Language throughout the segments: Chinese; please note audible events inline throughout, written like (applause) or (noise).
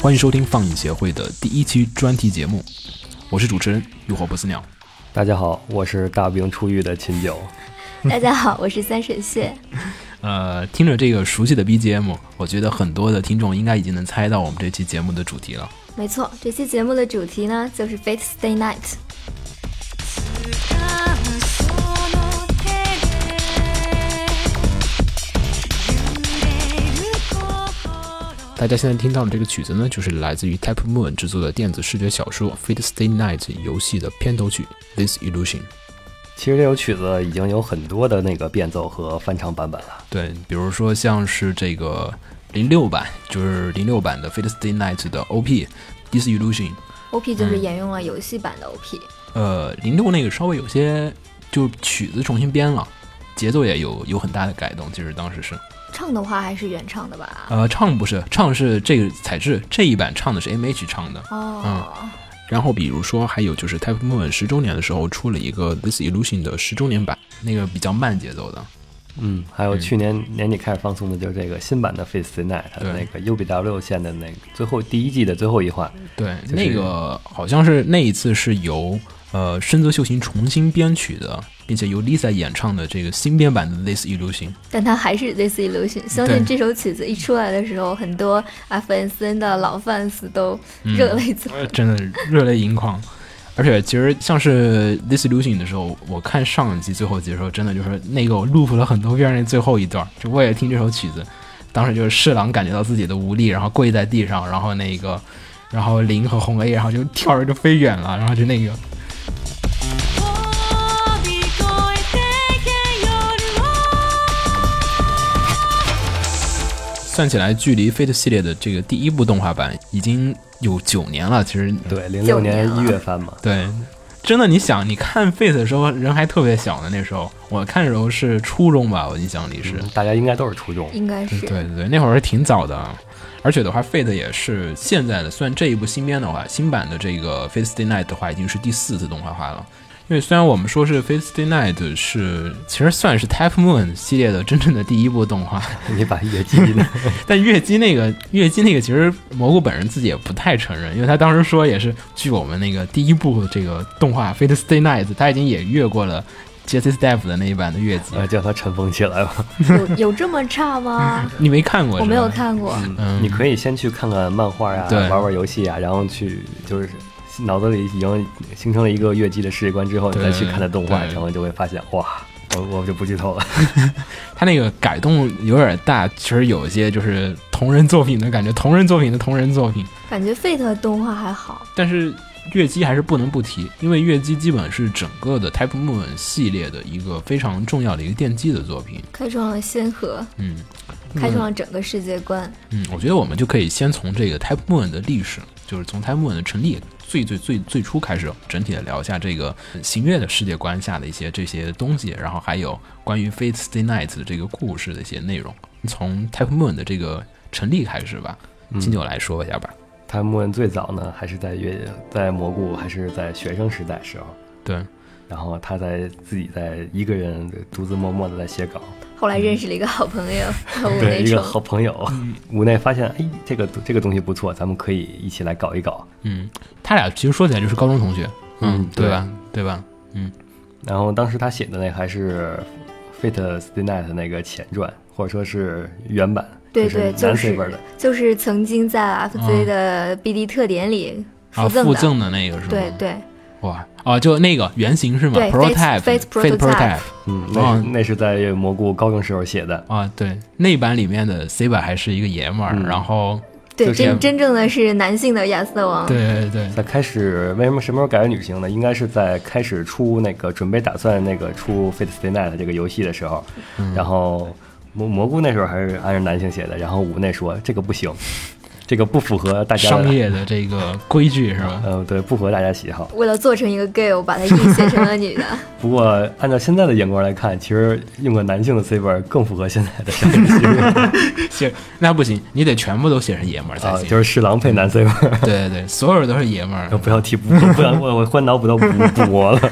欢迎收听放映协会的第一期专题节目，我是主持人浴火不死鸟。大家好，我是大病初愈的秦九。大家好，我是三水蟹。呃，听着这个熟悉的 BGM，我觉得很多的听众应该已经能猜到我们这期节目的主题了。没错，这期节目的主题呢就是 Fate Stay Night。大家现在听到的这个曲子呢，就是来自于 Type Moon 制作的电子视觉小说《Fate Stay Night》游戏的片头曲《This Illusion》。其实这首曲子已经有很多的那个变奏和翻唱版本了。对，比如说像是这个零六版，就是零六版的《Fate Stay Night》的 OP《This Illusion》。 OP 就是沿用了游戏版的 OP。呃，零六那个稍微有些，就曲子重新编了，节奏也有有很大的改动。其实当时是，唱的话还是原唱的吧？呃，唱不是，唱是这个彩质这一版唱的是 M H 唱的。哦，然后比如说还有就是 Type Moon 十周年的时候出了一个 This Illusion 的十周年版，那个比较慢节奏的。嗯，还有去年年底开始放送的就是这个新版的《Face the Night》，它的那个 UBW 线的那个最后第一季的最后一话。对，就是那个好像是那一次是由呃深泽秀行重新编曲的，并且由 Lisa 演唱的这个新编版的 This Illusion。但它还是类似于流行。相信这首曲子一出来的时候，很多啊粉丝的老 fans 都热泪纵横。 (laughs) 真的热泪盈眶。而且其实像是《This Illusion》的时候，我看上一集最后集的时候，真的就是那个我 loop 了很多遍那最后一段，就我也听这首曲子，当时就是侍郎感觉到自己的无力，然后跪在地上，然后那个，然后林和红 A，然后就跳着就飞远了，然后就那个，算起来距离《Fate》系列的这个第一部动画版已经有九年了，其实对，零六年一月番嘛。对，真的，你想，你看 Fate 的时候人还特别小呢，那时候我看的时候是初中吧，我印象里是。嗯大家应该都是初中。应该是对对对，那会儿是挺早的，而且的话，Fate 也是现在的，算这一部新编的话，新版的这个 Fate Stay Night 的话，已经是第四次动画化了。因为虽然我们说是 Fate Stay Night 是其实算是 Type Moon 系列的真正的第一部动画， (laughs) 你把野鸡 (laughs) 呢？但月姬那个月姬那个，其实蘑菇本人自己也不太承认，因为他当时说也是，据我们那个第一部这个动画《Fate Stay Night》，他已经也越过了 Jesse Staff 的那一版的月姬。呃，叫它尘封起来吧。有有这么差吗？你没看过？我没有是吧。看过。嗯你可以先去看看漫画呀，对玩玩游戏啊，然后去就是脑子里已经形成了一个月姬的世界观之后，你对再去看它动画，对然后就会发现哇，我我就不剧透了。 (laughs) 他那个改动有点大，其实有一些就是同人作品的感觉，同人作品的同人作品。感觉 Fate 动画还好，但是月姬还是不能不提，因为月姬基本是整个的 Type Moon 系列的一个非常重要的一个奠基的作品。开创了先河，嗯，开创了整个世界观。嗯，我觉得我们就可以先从这个 Type Moon 的历史，就是从 Type Moon 的成立最最最最初开始，整体的聊一下这个呃行月的世界观下的一些这些东西，然后还有关于 Fate Stay Night 的这个故事的一些内容。从 Type Moon 的这个成立开始吧，嗯金九来说一下吧。他木恩最早呢，还是在月在蘑菇，还是在学生时代时候，对，然后他在自己在一个人独自默默的在写稿，后来认识了一个好朋友，叫五对内一个城。好朋友，无奈发现哎，这个这个东西不错，咱们可以一起来搞一搞。嗯，他俩其实说起来就是高中同学，嗯对对吧？对吧？嗯，然后当时他写的那还是《Fate Stay Night》那个前传，或者说是原版，对对，就就是是南 C 本的。就是曾经在 FZ 的 BD 特点里啊，附赠附的，赠的那个是吗？对，对哇，啊，就那个原型是吗对？Prototype Fate- Fate Fate Prototype 嗯，那、哦那是在蘑菇高中时候写的。啊，对，那版里面的 C 版还是一个爷们儿，嗯然后对，就是真真正的是男性的亚瑟王，对对对，在开始为什么什么时候改为女性呢？应该是在开始出那个准备打算那个出《Fate Stay Night》这个游戏的时候，嗯然后蘑蘑菇那时候还是按照男性写的，然后五内说这个不行，这个不符合大家商的，业的这个规矩是吧？呃，对，不符合大家喜好。 (laughs) 为了做成一个 gay，我把它硬写成了女的。不过按照现在的眼光来看，其实用个男性的 C 本更符合现在的审美习惯写那不行，你得全部都写成爷们儿才嗯啊，行。就是侍郎配男 C 本，对对对，所有人都是爷们儿。不要提不，不然我我换脑补到补补魔了。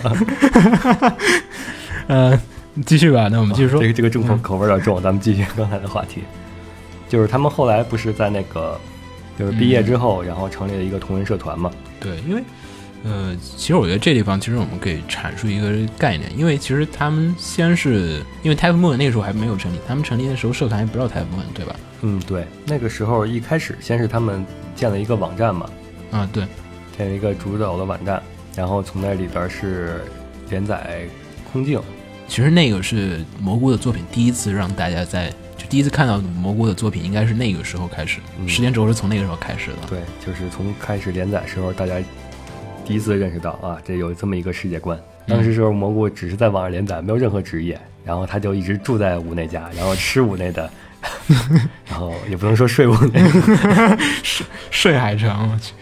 呃，继续吧，那我们继续说嗯啊这。个这个重口口味有点重，咱们继续刚才的话题。就是他们后来不是在那个就是毕业之后，然后成立了一个同人社团嘛。对，因为呃，其实我觉得这地方其实我们可以阐述一个概念，因为其实他们先是因为 Type Moon 那个时候还没有成立，他们成立的时候社团也不叫 Type Moon，对吧？嗯，对，那个时候一开始先是他们建了一个网站嘛，啊，对，建了一个主导的网站，然后从那里边是连载空镜。其实那个是蘑菇的作品第一次让大家在就第一次看到蘑菇的作品，应该是那个时候开始，嗯时间轴是从那个时候开始的。对，就是从开始连载时候，大家第一次认识到啊，这有这么一个世界观。当时时候蘑菇只是在网上连载，没有任何职业，然后他就一直住在屋内家，然后吃屋内的，然后也不能说睡屋内， (laughs) 睡海城，我去。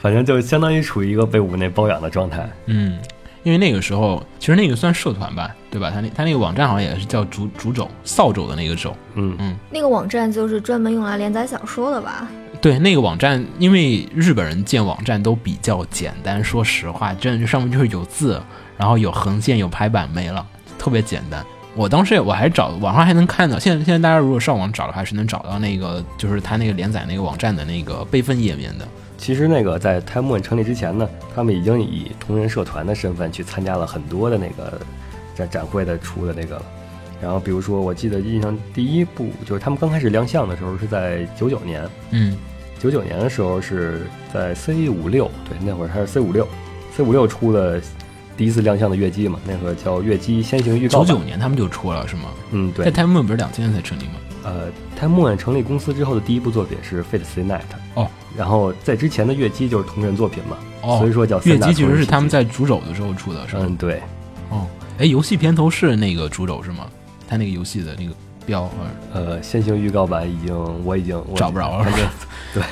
反正就相当于处于一个被屋内包养的状态。嗯，因为那个时候其实那个算社团吧，对吧？他那他那个网站好像也是叫竹竹肘扫帚的那个肘。嗯 (laughs) 那个网站就是专门用来连载小说的吧？对，那个网站，因为日本人建网站都比较简单，说实话，真的上面就是有字，然后有横线，有排版，没了，特别简单。我当时也我还找网上还能看到，现在现在大家如果上网找的话，是能找到那个就是他那个连载那个网站的那个备份页面的。其实那个在 Time One 成立之前呢，他们已经以同人社团的身份去参加了很多的那个展展会的出的那个了。然后比如说，我记得印象第一部就是他们刚开始亮相的时候是在九九年，嗯九九年的时候是在 C 五六，对，那会儿还是 C 五六，C 五六出了第一次亮相的月姬嘛，那会儿叫月姬先行预九告版。九年他们就出了是吗？嗯，在对，台湾不是两千年才成立吗？呃，他莫远成立公司之后的第一部作品是《Fate Stay Night》，哦，然后在之前的月姬就是同人作品嘛，哦，所以说叫月三大姬其同实人是世他们界，在竹肘的时候出的是吗？嗯，对，哦，哎，游戏片头是那个竹肘是吗？他那个游戏的那个标呃呃，先行预告版已经我已经我找不着了反正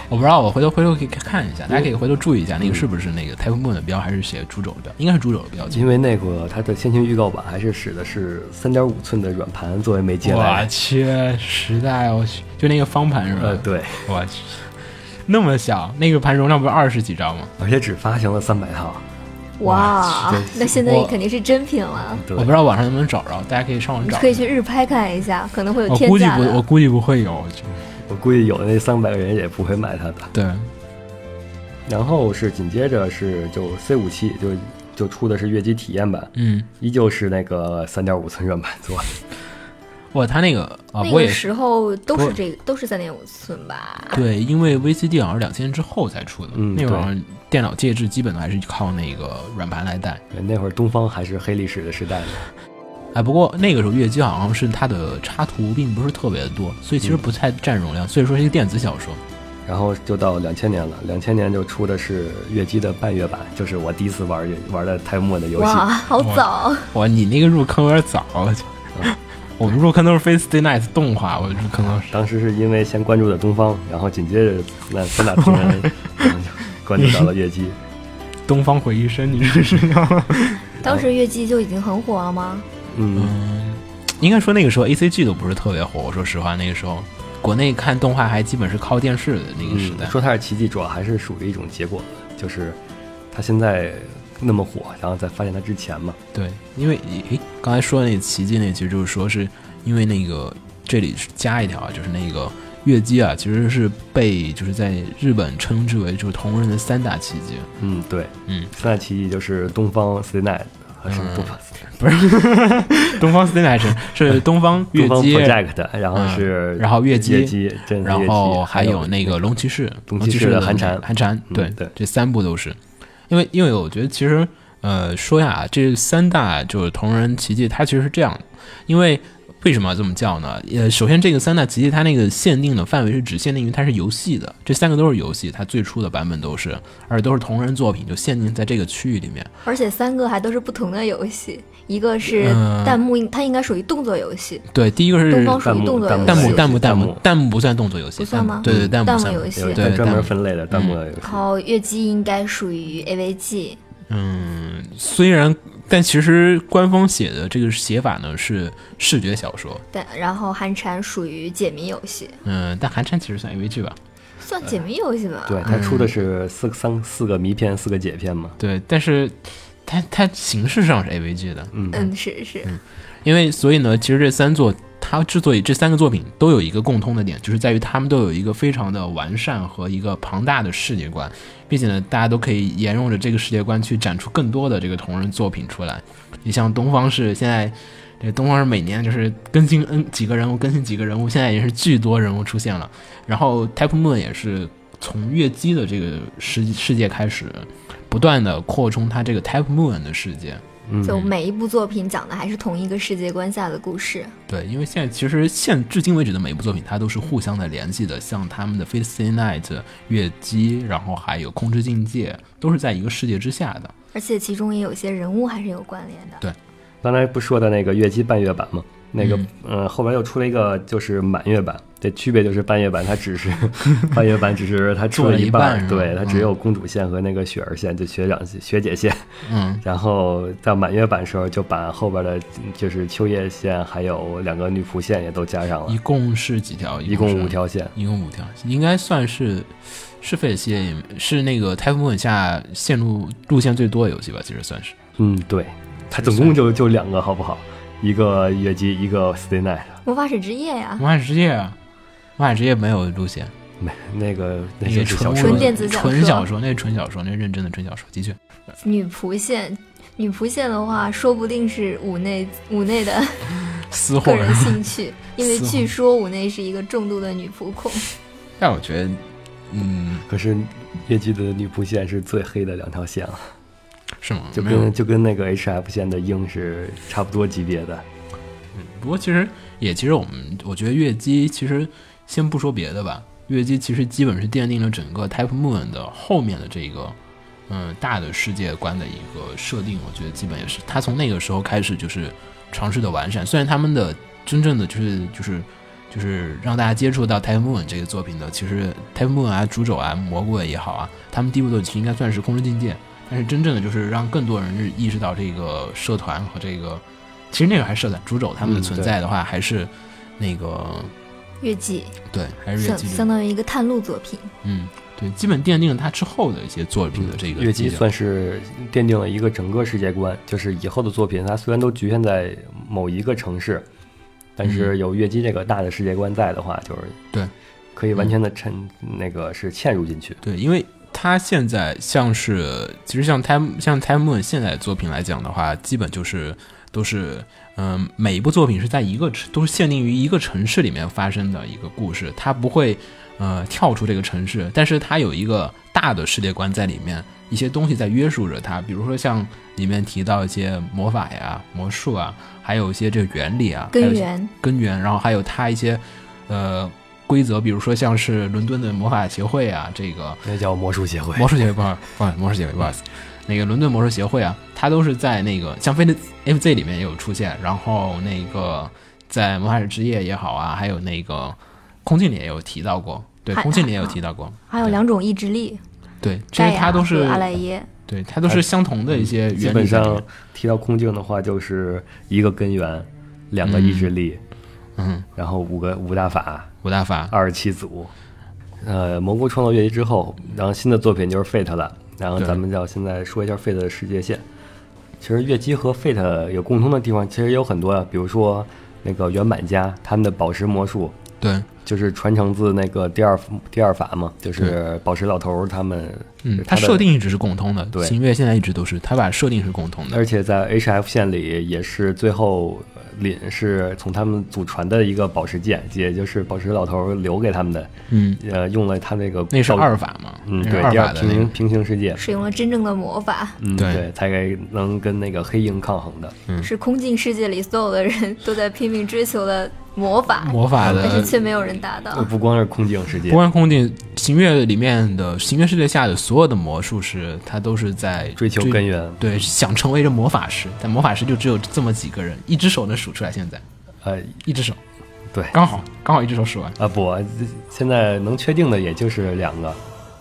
我不知道，我回头回头可以看一下，大家可以回头注意一下，那个是不是那个 Type Moon 的标，还是写猪肘的标？应该是猪肘的标记。因为那个它的先行预告版还是使的是三点五寸的软盘作为媒介我来，去，时代，我去，就那个方盘是吧？呃，对，我去，那么小，那个盘容量不是二十几张吗？而且只发行了三百套，哇哇真，那现在我肯定是真品了。对我不知道网上能不能找着，大家可以上网你找。可以去日拍看一下，可能会有我天估计价不，我的。估计不会有。我觉得我估计有那三百个人也不会买它的。对，然后是紧接着是就 C 五七就就出的是月姬体验版，嗯，依旧是那个三点五寸软盘做的。 (laughs) 哇，他那个啊，那我个也是。时候都不是这个，都是三点五寸吧？对，因为 VCD 好像是两千之后才出的，嗯那会儿好像电脑介质基本还是靠那个软盘来带。对那会儿东方还是黑历史的时代呢。哎，不过那个时候月姬好像是它的插图并不是特别的多，所以其嗯实不太占容量，所以说是一个电子小说。然后就到两千年了，两千年就出的是月姬的半月版，就是我第一次玩月玩的太末的游戏。哇，好早！哇，你那个入坑有点早，我去嗯。我们入坑都是 Face Day Night 动画，我入坑都是。当时是因为先关注的东方，然后紧接着那三大同人，然后就关注到了月 (laughs) 姬。东方回忆生，你这是要？当时月姬就已经很火了吗？嗯， (laughs) 应该说那个时候 A C G 都不是特别火，我说实话，那个时候国内看动画还基本是靠电视的那个时代嗯。说它是奇迹，主要还是属于一种结果，就是它现在那么火，然后再发现它之前嘛。对，因为诶，刚才说的那奇迹那，其实就是说是因为那个这里是加一条啊，就是那个月姬啊，其实是被就是在日本称之为就是同人的三大奇迹。嗯，对，嗯，三大奇迹就是东方 C Night 还是嗯东方、东方 s t a n (laughs) 是是东方月 (laughs) 东方姬， Project，然后是、嗯然后月姬月姬，真的是然月姬后还有有那个龙骑士，龙骑骑士士的寒那个蝉寒蝉，嗯对对这三部都是，因为因为我觉得其实呃说呀，这三大就是同人奇迹，它其实是这样的，因为。为什么要这么叫呢？呃，首先这个三大奇迹它那个限定的范围是只限定于它是游戏的，这三个都是游戏，它最初的版本都是，而且都是同人作品，就限定在这个区域里面。而且三个还都是不同的游戏，一个是嗯弹幕，它应该属于动作游戏，对，第一个是东方属弹于幕动作游弹戏。弹幕，弹幕，幕弹弹幕幕，弹幕不算动作游戏，不算吗弹幕对对，嗯弹幕弹不幕算游戏有对专弹幕门分类的弹幕游戏然后月姬应该属于 AVG，嗯，虽然，但其实官方写的这个写法呢是视觉小说，但然后寒蝉属于解谜游戏，嗯、但寒蝉其实算 AVG 吧，算解谜游戏吧？对，它出的是四三四个迷片，四个解片嘛。对，但是它它形式上是 AVG 的，嗯，嗯，是是，因为所以呢，其实这三座它之所以这三个作品都有一个共通的点，就是在于他们都有一个非常的完善和一个庞大的世界观，并且呢，大家都可以沿用着这个世界观去展出更多的这个同人作品出来。你像东方是现在。这东方是每年就是更新 N 几个人物，更新几个人物，现在也是巨多人物出现了。然后 Type Moon 也是从月姬的这个世世界开始，不断的扩充它这个 Type Moon 的世界。就每一部作品讲的还是同一个世界观下的故事。对，因为现在其实现至今为止的每一部作品，它都是互相的联系的，像他们的《Fate Stay Night》、《月姬》，然后还有《空之境界》，都是在一个世界之下的。而且其中也有些人物还是有关联的。对。刚才不说的那个月姬半月版吗？那个，嗯、呃，后边又出了一个，就是满月版。这区别就是半月版，它 (laughs) 只是半月版，只是它出做了了一一半半，是吧对，它只嗯有公主线和那个雪儿线，就学长学姐线。嗯，然后到满月版时候，就把后边的，就是秋叶线还有两个女仆线也都加上了一，共是几条？一共是共五，条线。一共五条，应该算是是费系列里面是那个 Type Moon 下线路路线最多的游戏吧，其实算是。嗯，对，它总共就就两个，好不好？一个月姬，一个 Stay Night。魔法使之夜呀、魔法之夜啊，魔法之夜没有路线，没，那个那那个就是小纯说纯，电子小纯说小说，那是纯小说，那是认真的纯小说，的确。女仆线，女仆线的话，说不定是五内五内的私货 (laughs) 个。人兴趣，因为是吗据说五内是一个重度的女仆控。但我觉得，嗯，可是月姬的女仆线是最黑的两条线了。是吗？就没有跟就跟那个 HF 线的鹰是差不多级别的。不过其实也其实我们我觉得月姬其实先不说别的吧，月姬其实基本是奠定了整个 Type Moon 的后面的这个嗯大的世界观的一个设定，我觉得基本也是他从那个时候开始就是尝试的完善，虽然他们的真正的就是就是。就是让大家接触到 Type Moon 这个作品的，其实 Type Moon 啊、主轴啊、蘑菇也好啊，他们第一部作品其实应该算是空之境界，但是真正的就是让更多人意识到这个社团和这个，其实那个还是社团主轴他们的嗯存对在的话，还是那个月季对，还是月相姬相当于一个探路作品，嗯，对，基本奠定了他之后的一些作品的这个月姬基调嗯算是奠定了一个整个世界观，就是以后的作品，它虽然都局限在某一个城市，但是有月姬这个大的世界观在的话，就是嗯对，嗯可以完全的沉、那个是嵌入进去。对，因为他现在像是，其实像 Time 像 Time Moon 现在的作品来讲的话，基本就是都是，嗯、每一部作品是在一个城都是限定于一个城市里面发生的一个故事，它不会呃跳出这个城市，但是它有一个大的世界观在里面，一些东西在约束着它，比如说像里面提到一些魔法呀、魔术啊，还有一些这个原理啊，还有根一些源根源，然后还有它一些呃规则，比如说像是伦敦的魔法协会啊，这个那叫魔术协会，魔术协会不好，不好意思，魔术协会不好意思，那个伦敦魔术协会啊，它都是在那个像 F F Z 里面也有出现，然后那个在魔法使之夜也好啊，还有那个空镜里也有提到过，对，还空镜里也有提到过，还有两种意志力，对，这盖些它亚都是和阿赖耶。对，它都是相同的一些基原理本在里上面，提到空镜的话，就是一个根源，两个意志力，嗯，然后五个五大法，五大法，二十七组。呃，蘑菇创造月姬之后，然后新的作品就是 Fate 了。然后对咱们要现在说一下 Fate 的世界线。其实月姬和 Fate 有共通的地方，其实也有很多啊，比如说那个原版家他们的宝石魔术，对，就是传承自那个第二第二法嘛，就是宝石老头儿他们。嗯，它他的设定一直是共通的，对星月现在一直都是，它把设定是共通的，而且在 HF 线里也是最后呃领是从他们祖传的一个宝石剑，也就是宝石老头儿留给他们的，嗯。呃，用了他那个那是道具二法嘛？嗯，那是对，二第法二的平那行个。平行世界，使用了真正的魔法，嗯，对对，才给能跟那个黑鹰抗衡的。是空境世界里所有的人 (laughs) 都在拼命追求的魔法，嗯魔法但是的。却没有人达到。不光是空境世界啊不，关空境行月里面的行月世界下的所有的魔术师，他都是在追求根源。对，想成为一个魔法师，但魔法师就只有这么几个人，一只手能数出来。现在呃，一只手，对刚好刚好一只手数完。啊不，现在能确定的也就是两个。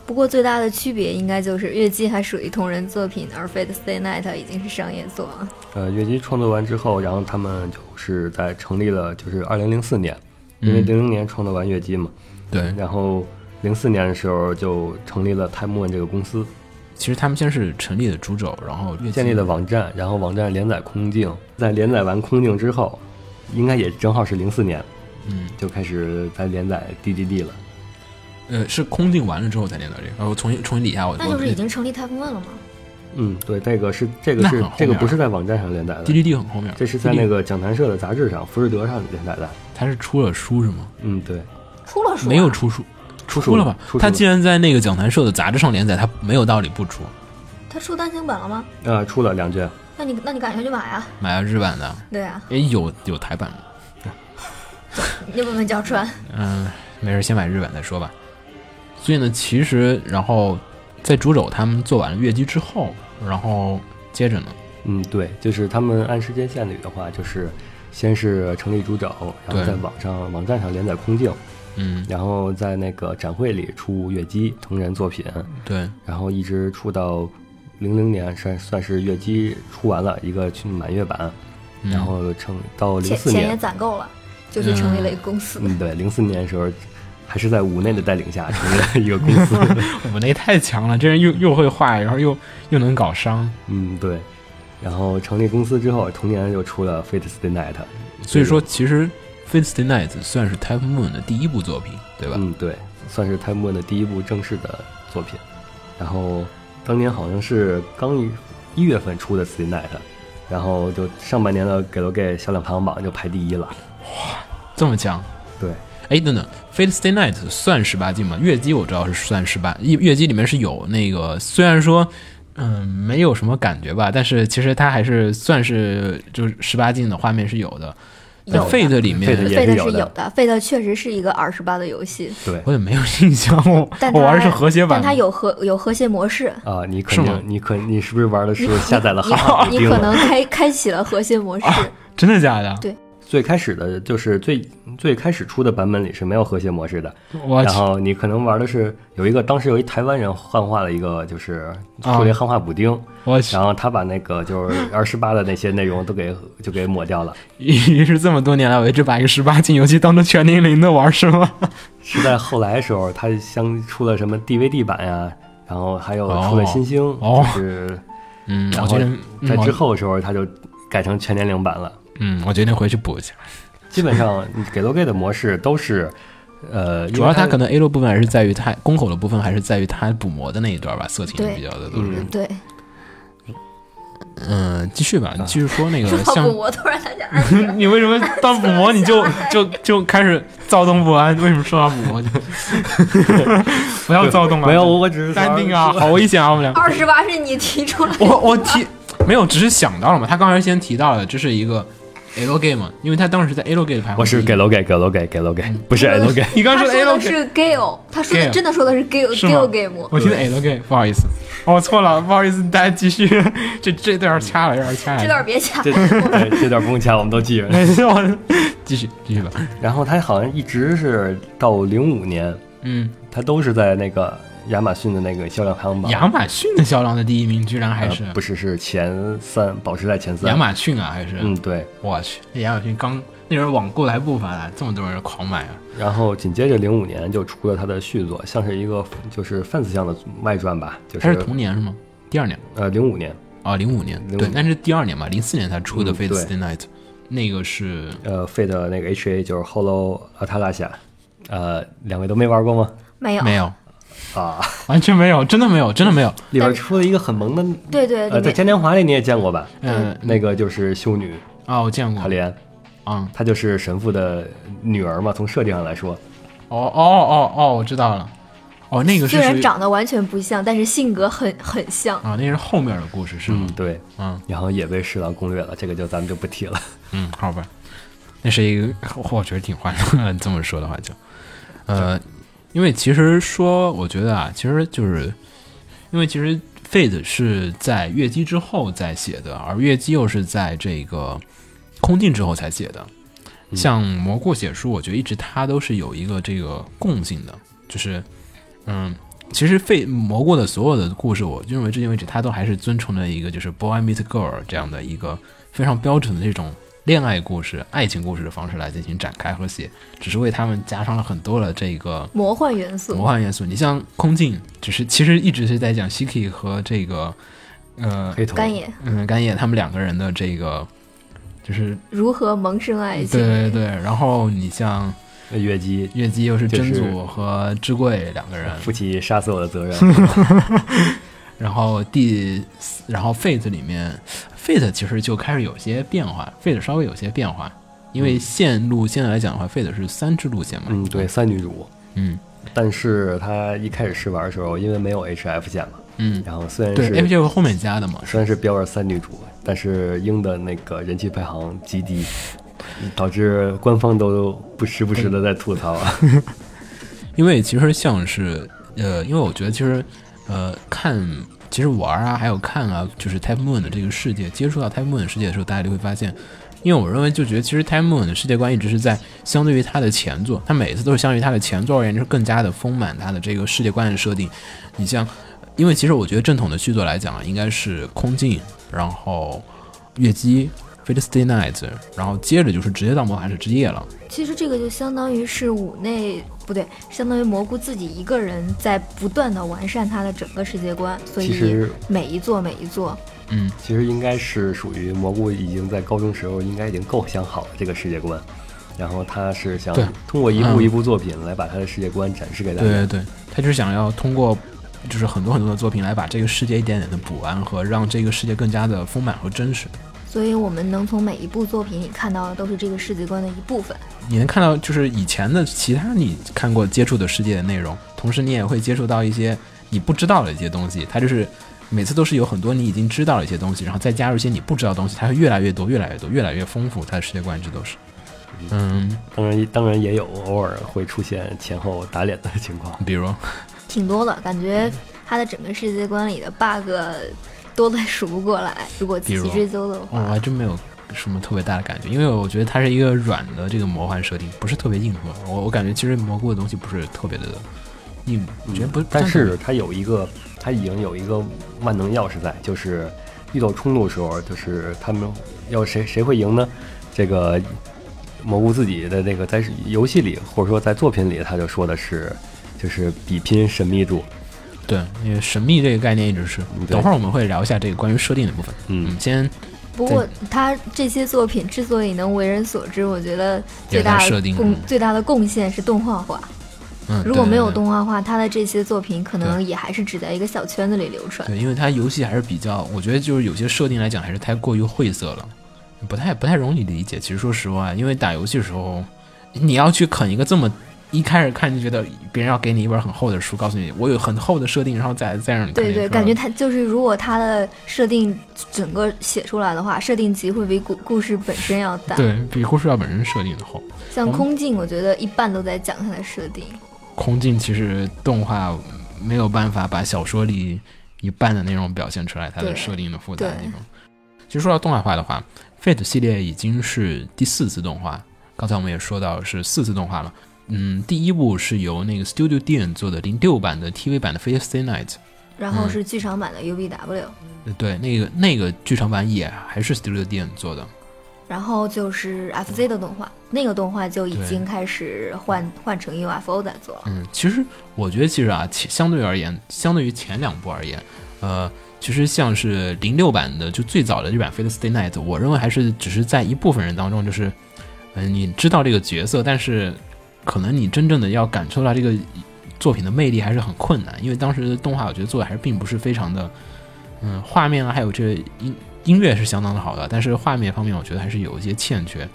不过最大的区别应该就是《月季》还属于同人作品，而《Fate Stay Night》已经是商业作了。呃，月姬创作完之后，然后他们就是在成立了，就是二零零四年，因为嗯零零年创作完月姬嘛，对，然后零四年的时候就成立了 Time One 这个公司，其实他们先是成立的主轴，然后越建立了网站，然后网站连载空镜，在连载完空镜之后，应该也正好是零四年嗯，就开始在连载 DDD 了。呃，是空镜完了之后才连到这个。呃，我重新重新理一下，我那就是已经成立 Type One 了吗？嗯，对，这个是这个那是很后这个面啊不了是在网站上连载的， DDD 很后面，这是在 DDD 那个讲谈社的杂志上，福士德上连载的。他是出了书是吗？嗯，对，出了书啊没有出书，出书了了吧出？书他了既然在那个讲坛社的杂志上连载，他没有道理不出。他出单行本了吗？呃，出了两卷，那你那你赶快去买啊！买了日版的，对啊，诶，有有台版的，你问问角川，嗯，没事，先买日版再说吧。所以呢，其实然后在竹肘他们做完了月姬之后，然后接着呢，嗯，对，就是他们按时间线捋的话，就是先是成立主找，然后对在网上网站上连载空镜，嗯，然后在那个展会里出月姬同人作品，对，然后一直出到零零年，算算是月姬出完了一个去满月版，嗯然后成到零钱四钱也年，攒够了，就去成立了一个公司。嗯，对，零四年的时候。还是在五内的带领下成立了一个公司， (laughs) 我那太强了，这人又又会画，然后又又能搞伤，嗯，对。然后成立公司之后，同年又出了《Fate Stay Night》，所以说其实。f i n s t a y Night 算是 Type Moon 的第一部作品，对吧？嗯，对，算是 Time One 的第一部正式的作品。然后当年好像是刚一一月份出的《Stay Night》，然后就上半年的给了给销量排行榜就排第一了。这么强，对，哎，等等，Fate Stay Night 算十八禁吗？月姬我知道是算十八，月月姬里面是有那个，虽然说，嗯，没有什么感觉吧，但是其实它还是算是就是十八禁的画面是有的。但有的 Fate 里面 Fate 也费的是有是的有的，费的确实是一个 R 十八的游戏，对我也没有印象，我但它我哦玩的是和谐版但，它有和有和谐模式。啊、你是肯吗定你可你是不是玩的是下载了你哈哈你丁可了能开开启了和谐模式，真的假的？对最开始的就是最最开始出的版本里是没有和谐模式的，我然去，后你可能玩的是有一个当时有一台湾人汉化的一个就是出了一个汉化补丁，我去然，后他把那个就是二十八的那些内容都给就给抹掉了，于是这么多年来，我一直把一个十八禁游戏当成全年龄的玩，是吗？是在后来的时候，他相出了什么 DVD 版呀、然后还有出了新星，哦就是嗯，然我后决定嗯在我之后的时候他就改成全年龄版了。嗯，我决定回去补一下。基本上给 l o g 的模式都是，呃，主要他它可能 A 六部分还是在于它宫口的部分，还是在于它补魔的那一段吧，色情对比较的都是。嗯对，嗯，继续吧，你继续说那个说到嗯像古魔突然想起来， (laughs) 你为什么当补魔你 (laughs) 就就就开始躁动不安？为什么说到补魔 (laughs) 就不要躁动啊？没有，我只是淡定啊，(laughs) 说，好危险啊，我们俩。二十八是你提出来的，我我提没有，只是想到了嘛。他刚才先提到了，这是一个 A l game 嘛，因为他当时在 A l game 排行， (laughs) 我是给 l o g 给 l o g 给 l o g 不是 l o g 你刚他说说 A l 的 game，是 Gale，他说的 Gale 真的说的是 Gale 是吗 Gale Game，我听的 A l game，不好意思，哦我错了，不好意思，大家继续， (laughs) 这这段掐了，有点掐这了。段别掐这。对这段不用掐，我们都记着。我 (laughs) 继续继续吧，然后他好像一直是到零五年，嗯，他都是在那个亚马逊的那个销量排行榜，亚马逊的销量的第一名居然还呃是不是是前三，保持在前三。亚马逊啊，还是嗯，对。我去，那亚马逊刚那时候网购还不发达，这么多人狂买啊！然后紧接着零五年就出了他的续作，像是一个就是范思向的外传吧，就它是是同年是吗？第二年呃零五年，啊，零五年05对，但是第二年吧，零四年才出的《嗯 Fate 对 Stay Night》，那个是呃 Fate 的那个 H A 就是 Hollow Atalasia，呃两位都没玩过吗？没有，没有， (laughs) 啊，完全没有，真的没有，真的没有。里边出了一个很萌的，对对，呃里在面嘉年华里你也见过吧？嗯那个就是修女啊，我见过卡莲，啊，她就是神父的女儿嘛，从设定上来说，哦哦哦哦，我知道了，哦，那个虽是属然于长得完全不像，但是性格很很像。啊，那是后面的故事是吗？对，嗯然后也被侍郎攻略了，这个就咱们就 (laughs) 不提了。嗯，好吧，那是一个，我觉得挺欢乐的。 (laughs) 这么说的话就，呃，因为其实说，我觉得啊，其实就是因为其实 Fate 是在月姬之后再写的，而月姬又是在这个空镜之后才写的。像蘑菇写书，我觉得一直它都是有一个这个共性的，就是嗯。其实费蘑菇的所有的故事，我认为至今为止，它都还是遵从了一个就是 boy meet girl 这样的一个非常标准的这种恋爱故事、爱情故事的方式来进行展开和写，只是为他们加上了很多的这个魔幻元素，魔幻元素。你像空镜，只是其实一直是在讲 Shiki 和这个呃黑瞳，干野嗯干叶他们两个人的这个就是如何萌生爱情？对对对。然后你像那月姬月姬又是就真是祖和知贵两个人，负起杀死我的责任， (laughs) 然后第四，然后 Fate 里面，Fate 其实就开始有些变化，Fate 稍微有些变化，因为线路现在来讲的话，Fate 是三支路线嘛，嗯，对，三女主。嗯但是她一开始试玩的时候，因为没有 HF 线嘛，嗯，然后虽然对，F 是 J 后面加的嘛，虽然是标着三女主，但是英的那个人气排行极低，导致官方都不时不时的在吐槽啊。因为其实像是呃，因为我觉得其实呃看。其实玩啊，还有看啊，就是 Type Moon 的这个世界，接触到 Type Moon 的世界的时候，大家就会发现，因为我认为就觉得，其实 Type Moon 的世界观一直是在相对于它的前作，它每次都是相对于它的前作而言，就是更加的丰满它的这个世界观的设定。你像，因为其实我觉得正统的续作来讲啊，应该是空镜，然后月姬、Fate Stay Night，然后接着就是直接到魔法使之夜了。其实这个就相当于是五内不对，相当于蘑菇自己一个人在不断的完善他的整个世界观，所其以实每一座每一座，嗯，其实应该是属于蘑菇已经在高中时候应该已经构想好了这个世界观，然后他是想对通过一步嗯一步作品来把他的世界观展示给大家。对对对，他就是想要通过就是很多很多的作品来把这个世界一点点的补完和让这个世界更加的丰满和真实。所以我们能从每一部作品里看到的都是这个世界观的一部分。你能看到就是以前的其他你看过接触的世界的内容，同时你也会接触到一些你不知道的一些东西。它就是每次都是有很多你已经知道的一些东西，然后再加入一些你不知道的东西，它会越来越多，越来越多，越来越丰富。它的世界观一直都是，嗯，当然当然也有偶尔会出现前后打脸的情况。比如挺多的，感嗯觉它的整个世界观里的 bug 多的数不过来。如果仔比如哦细追究的我话，还真没有什么特别大的感觉，因为我觉得它是一个软的这个魔幻设定，不是特别硬核。我我感觉其实蘑菇的东西不是特别的硬，我觉得不，嗯但不算特是它有一个，它已经有一个万能钥匙在，就是遇到冲突的时候，就是他们要谁谁会赢呢？这个蘑菇自己的那个在游戏里或者说在作品里，他就说的是，就是比拼神秘度。别对，因为神秘这个概念一直是。嗯对等会儿我们会聊一下这个关于设定的部分。嗯，先不过它这些作品之所以能为人所知，我觉得最大有它设的定贡嗯最大的贡献是动画化。嗯，如果没有对对对动画化，它的这些作品可能也还是只在一个小圈子里流传。对，因为它游戏还是比较，我觉得就是有些设定来讲还是太过于晦涩了，不太不太容易理解。其实说实话，因为打游戏的时候，你要去啃一个这么一开始看就觉得别人要给你一本很厚的书，告诉你我有很厚的设定，然后再再让你看对这对，个感觉它就是，如果它的设定整个写出来的话，设定集会比故故事本身要大。对比护士要本身设定的厚。像空镜，我觉得一半都在讲它的设定。空镜其实动画没有办法把小说里一半的内容表现出来，它的对设定的复杂的对地方。其实说到动画化的话，Fate 系列已经是第四次动画，刚才我们也说到是四次动画了。嗯，第一部是由那个 Studio d n 做的零六版的 TV 版的《Fate Stay Night》，然后嗯是剧场版的 UBW，、呃对，那个那个剧场版也还是 Studio d n 做的。然后就是 FZ 的动画，那个动画就已对经开始换换成 UFO 在做了。嗯，其实我觉得，其实啊，其相对而言，相对于前两部而言，呃，其实像是零六版的，就最早的这版《Fate Stay Night》，我认为还是只是在一部分人当中，就是，嗯、你知道这个角色，但是可能你真正的要感受到这个作品的魅力还是很困难，因为当时的动画我觉得做的还是并不是非常的，嗯，画面啊，还有这音音乐是相当的好的，但是画面方面我觉得还是有一些欠缺。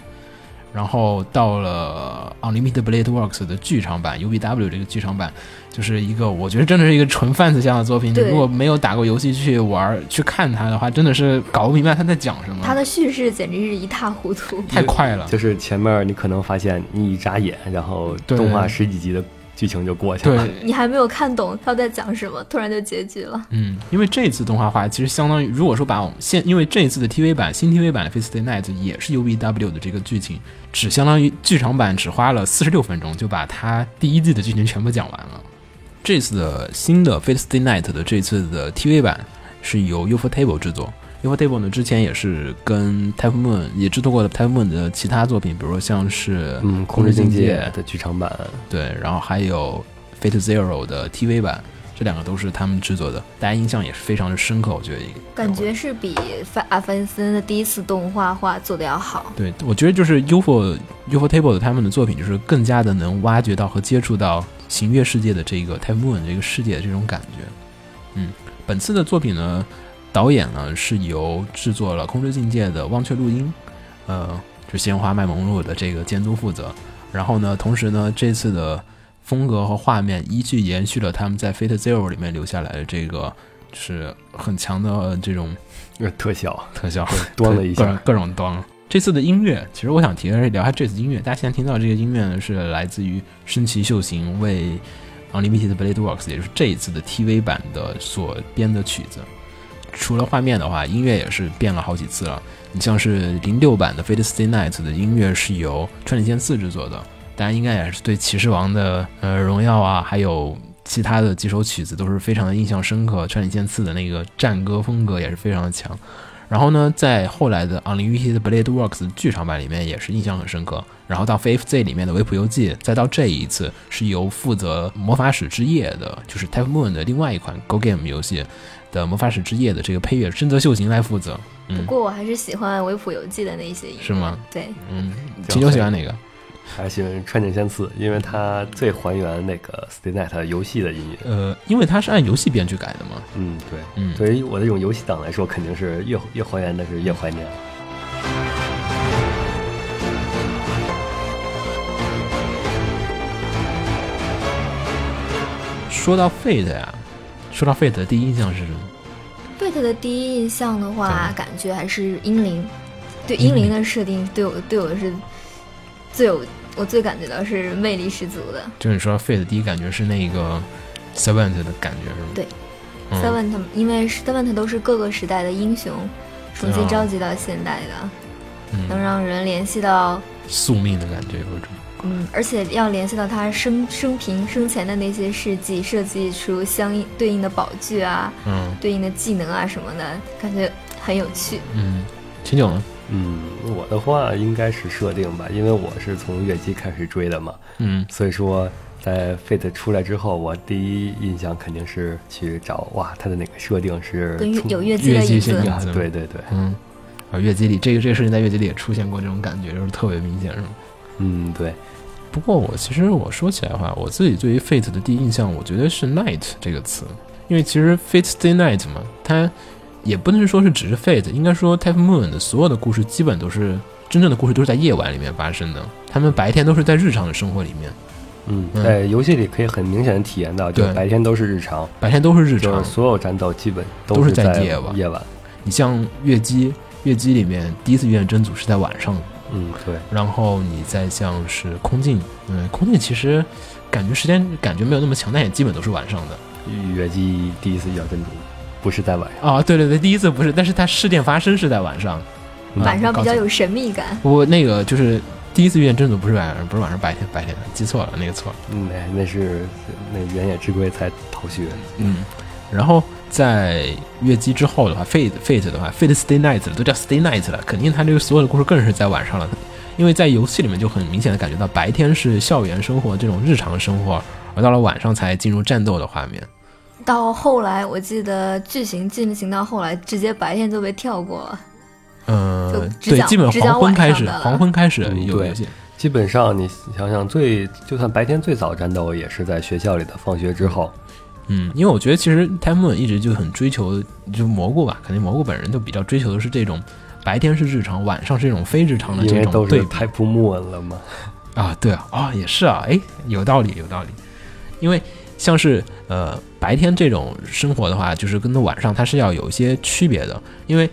然后到了 Unlimited Blade Works 的剧场版 UBW 这个剧场版，就是一个我觉得真的是一个纯贩子向的作品。你对如果没有打过游戏去玩儿去看它的话，真的是搞不明白他在讲什么。它的叙事简直是一塌糊涂。嗯太快了，就是前面你可能发现你一眨眼，然后啊对动画十几集的剧情就过去了。对，你还没有看懂他在讲什么，突然就结局了。嗯，因为这次动画化其实相当于，如果说把我们现，因为这次的 TV 版新 TV 版的《Face Day Night》也是 UBW 的这个剧情，只相当于剧场版只花了四十六分钟就把它第一季的剧情全部讲完了。这次的新的《Face Day Night》的这次的 TV 版是由 UFO Table 制作。UFO Table 呢，之前也是跟 Type Moon 也制作过了 Type Moon 的其他作品，比如说像是嗯，空之境界的剧场版，对，然后还有 Fate Zero 的 TV 版，这两个都是他们制作的，大家印象也是非常的深刻。我觉得一个感觉是比范阿凡森的第一次动画化做的要好。对，我觉得就是 UFO UFO Table 他们的作品，就是更加的能挖掘到和接触到行月世界的这个 Type Moon 这个世界的这种感觉。嗯，本次的作品呢，导演呢是由制作了《空之境界》的忘却录音，呃，就《鲜花卖萌录》的这个监督负责。然后呢，同时呢，这次的风格和画面依据延续了他们在《Fate Zero》里面留下来的这个，就是很强的呃这种特效，特效，端了一各种下，各种端。这次的音乐，其实我想提的是聊一下这次音乐。大家现在听到这个音乐呢，是来自于深崎秀行为 Unlimited Blade Works，也就是这一次的 TV 版的所编的曲子。除了画面的话，音乐也是变了好几次了。你像是零六版的《Fate Stay Night》的音乐是由川井健次制作的，大家应该也是对《骑士王》的呃荣耀啊，还有其他的几首曲子都是非常的印象深刻。川井健次的那个战歌风格也是非常的强。然后呢，在后来的《Unlimited Blade Works》剧场版里面也是印象很深刻。然后到《FFZ》里面的《维普游记》，再到这一次是由负责《魔法使之夜》的，就是 Type Moon 的另外一款 Go Game 游戏的《魔法使之夜》的这个配乐深泽秀行来负责。不嗯，过我还是喜欢《维普游记》的那一些音乐。是吗？对，嗯，秦九喜欢哪个？还是喜欢川井千次，因为它最还原那个 Stay Night 游戏的音乐。呃，因为它是按游戏编剧改的嘛。嗯，对，嗯，对于我这种游戏党来说，肯定是越越还原的是越怀念。说到 Fate 呀，说到 Fate 的第一印象是什么？对他的第一印象的话，对感觉还是英灵。对英英灵灵的设定，对我对我是最有我最感觉到是魅力十足的。就是你说到 Fate 的第一感觉是那个 Servant 的感觉是吗？对嗯 Seven 他们，因为 Seven 都是各个时代的英雄，对重啊新召集到现代的，能嗯，让人联系到宿命的感觉有一种。嗯，而且要联系到他生生平生前的那些事迹，设计出相应对应的宝具啊、嗯对应的技能啊什么的，感觉很有趣。嗯，秦九呢？嗯，我的话应该是设定吧，因为我是从月姬开始追的嘛，嗯所以说在 Fate 出来之后，我第一印象肯定是去找哇，它的那个设定是跟月从有月姬月的姬影现子象，啊，对对对，嗯，啊，月姬里这个这个事情在月姬里也出现过这种感觉，就是特别明显，是吗？嗯对，不过我其实我说起来的话，我自己对于 Fate 的第一印象，我觉得是 Night 这个词，因为其实 Fate Stay Night 嘛，它也不能说是只是 Fate，应该说 Type Moon 的所有的故事基本都是真正的故事都是在夜晚里面发生的，他们白天都是在日常的生活里面，嗯，嗯在游戏里可以很明显的体验到，就对白天都是日常，白天都是日就常是。所有战斗基本都是是在在夜晚夜晚，你像月姬，月姬里面第一次遇见真祖是在晚上的嗯对，然后你再像是空镜，嗯，空镜其实感觉时间感觉没有那么强，但也基本都是晚上的月姬第一次遇到真主，不是在晚上，啊。对对对，第一次不是，但是它事件发生是在晚上，嗯啊晚上比较。告诉有神秘感。你我那个就是第一次遇见真主不是晚上，不是晚上，白天白天记错了，那个错了。嗯，那那是那原野之龟才逃学，嗯，然后在月姬之后的话，Fate Fate 的话，Fate Stay Night 了，都叫 Stay Night 了，肯定它这个所有的故事更是在晚上了，因为在游戏里面就很明显的感觉到白天是校园生活这种日常生活，而到了晚上才进入战斗的画面。到后来，我记得剧情进行到后来，直接白天就被跳过了。呃，就只对，讲基本只讲黄昏开始，晚上的黄昏开始嗯有对游戏，基本上你想想最，就算白天最早战斗也是在学校里的放学之后，嗯，因为我觉得其实 Time Moon 一直就很追求，就蘑菇吧，肯定蘑菇本人就比较追求的是这种白天是日常，晚上是这种非日常的因这为种都对是比太不木了嘛。啊，对啊，啊、也是啊，哎，有道理，有道理，因为像是呃白天这种生活的话，就是跟那晚上它是要有一些区别的，因为。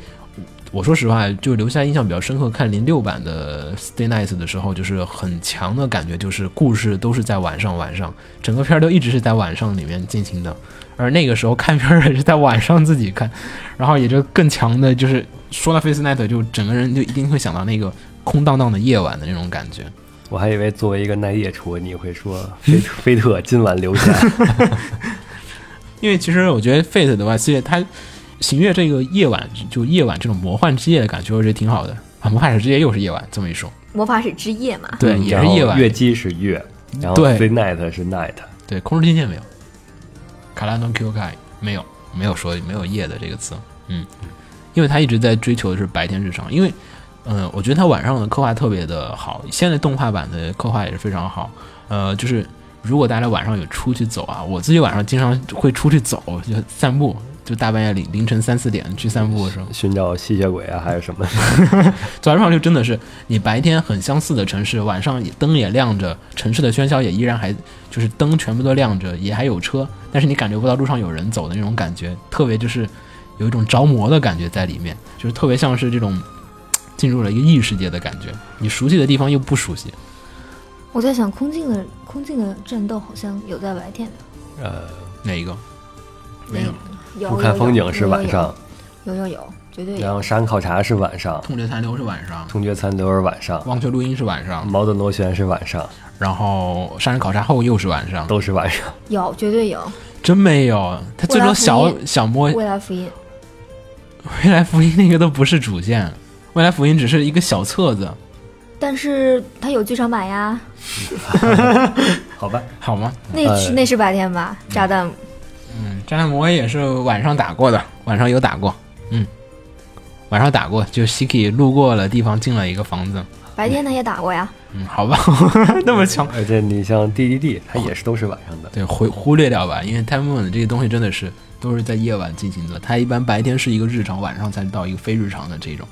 我说实话，就留下印象比较深刻。看零六版的《Stay Night》的时候，就是很强的感觉，就是故事都是在晚上，晚上整个片儿都一直是在晚上里面进行的。而那个时候看片儿也是在晚上自己看，然后也就更强的，就是说到《Face Night》，就整个人就一定会想到那个空荡荡的夜晚的那种感觉。我还以为作为一个耐夜厨，你会说菲特菲特今晚留下，因为其实我觉得 Fate 的话，系列它行月这个夜晚，就夜晚这种魔幻之夜的感觉，我觉得挺好的啊。魔法使之夜又是夜晚，这么一说，魔法使之夜嘛， (laughs) 对，嗯也然是后夜晚。月姬是月，然后对 day night 是 night，对，空中听见没有？卡拉诺 Q K 没有没有说没有夜的这个词，嗯，因为他一直在追求的是白天日常，因为嗯、呃我觉得他晚上的刻画特别的好，现在动画版的刻画也是非常好，呃，就是如果大家晚上有出去走啊，我自己晚上经常会出去走，就散步，就大半夜凌凌晨三四点去散步的时候，寻找吸血鬼啊，还是什么？早上就真的是你白天很相似的城市，晚上也灯也亮着，城市的喧嚣也依然还就是灯全部都亮着，也还有车，但是你感觉不到路上有人走的那种感觉，特别就是有一种着魔的感觉在里面，就是特别像是这种嘖进入了一个异世界的感觉，你熟悉的地方又不熟悉。我在想，空镜的空镜的战斗好像有在白天的，呃，哪一个？没那有个。有不看风景是晚，上，有有有有有有，绝对然有。后山考察是晚上，痛觉残留是晚上，通觉餐都是晚上，忘却录音是晚上，矛盾螺旋是晚上，然后杀人考察后又是晚上，都是晚上。有，绝对有。真没有。他最终未小来福小摸未来福音，未来福音那个都不是主线，未来福音只是一个小册子，但是它有剧场版呀，好吧，好吗？那是、呃那是白天吧？炸弹嗯，战战魔也是晚上打过的，晚上有打过，嗯，晚上打过，就 Siki 路过了地方进了一个房子，白天它也打过呀，嗯，好吧， (laughs) 那么强，而且你像 DDD，它也是都是晚上的。对，忽忽略掉吧，因为 Time Moon 这些东西真的是都是在夜晚进行的，它一般白天是一个日常，晚上才到一个非日常的这种，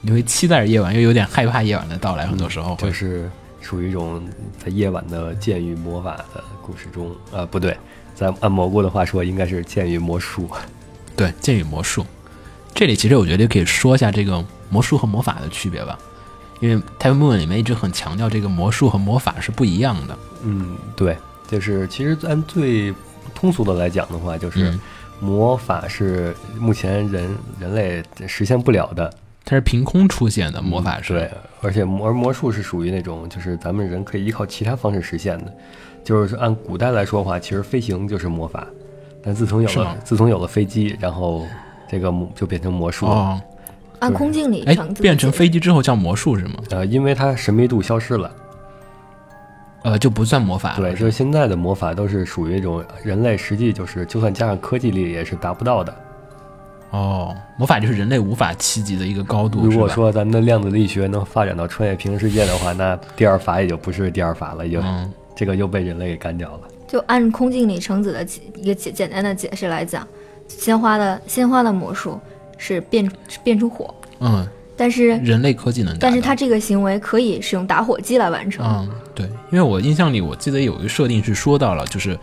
你会期待着夜晚，又有点害怕夜晚的到来，很多时候会就。是属于一种在夜晚的剑与魔法的故事中，嗯呃，不对，在按蘑菇的话说，应该是剑与魔术。对，剑与魔术。这里其实我觉得可以说一下这个魔术和魔法的区别吧，因为《t a m o o n 里面一直很强调这个魔术和魔法是不一样的。嗯， (laughs) 对，就是其实按最通俗的来讲的话，就是嗯魔法是目前人人类实现不了的，它是凭空出现的，魔法是、嗯对，而且魔而魔术是属于那种就是咱们人可以依靠其他方式实现的，就是按古代来说的话，其实飞行就是魔法，但自从有是吗了自从有了飞机，然后这个魔就变成魔术了。哦，按空镜里哎程，自 (laughs) 己变成解飞机之后叫魔术是吗？呃，因为它神秘度消失了，呃，就不算魔法了。对，是就吧是现在的魔法都是属于一种人类实际就是就算加上科技力也是达不到的。哦，魔法就是人类无法企及的一个高度。如果嗯是吧说咱们的量子力学能发展到穿越平行世界的话，那第二法也就不是第二法了，就、嗯，这个又被人类给干掉了。就按空镜里橙子的解一个简简单的解释来讲，鲜花的鲜花的魔术是变是变出火，嗯，但是人类科技能达到，但是它这个行为可以使用打火机来完成。嗯，对，因为我印象里我记得有一个设定是说到了，就是，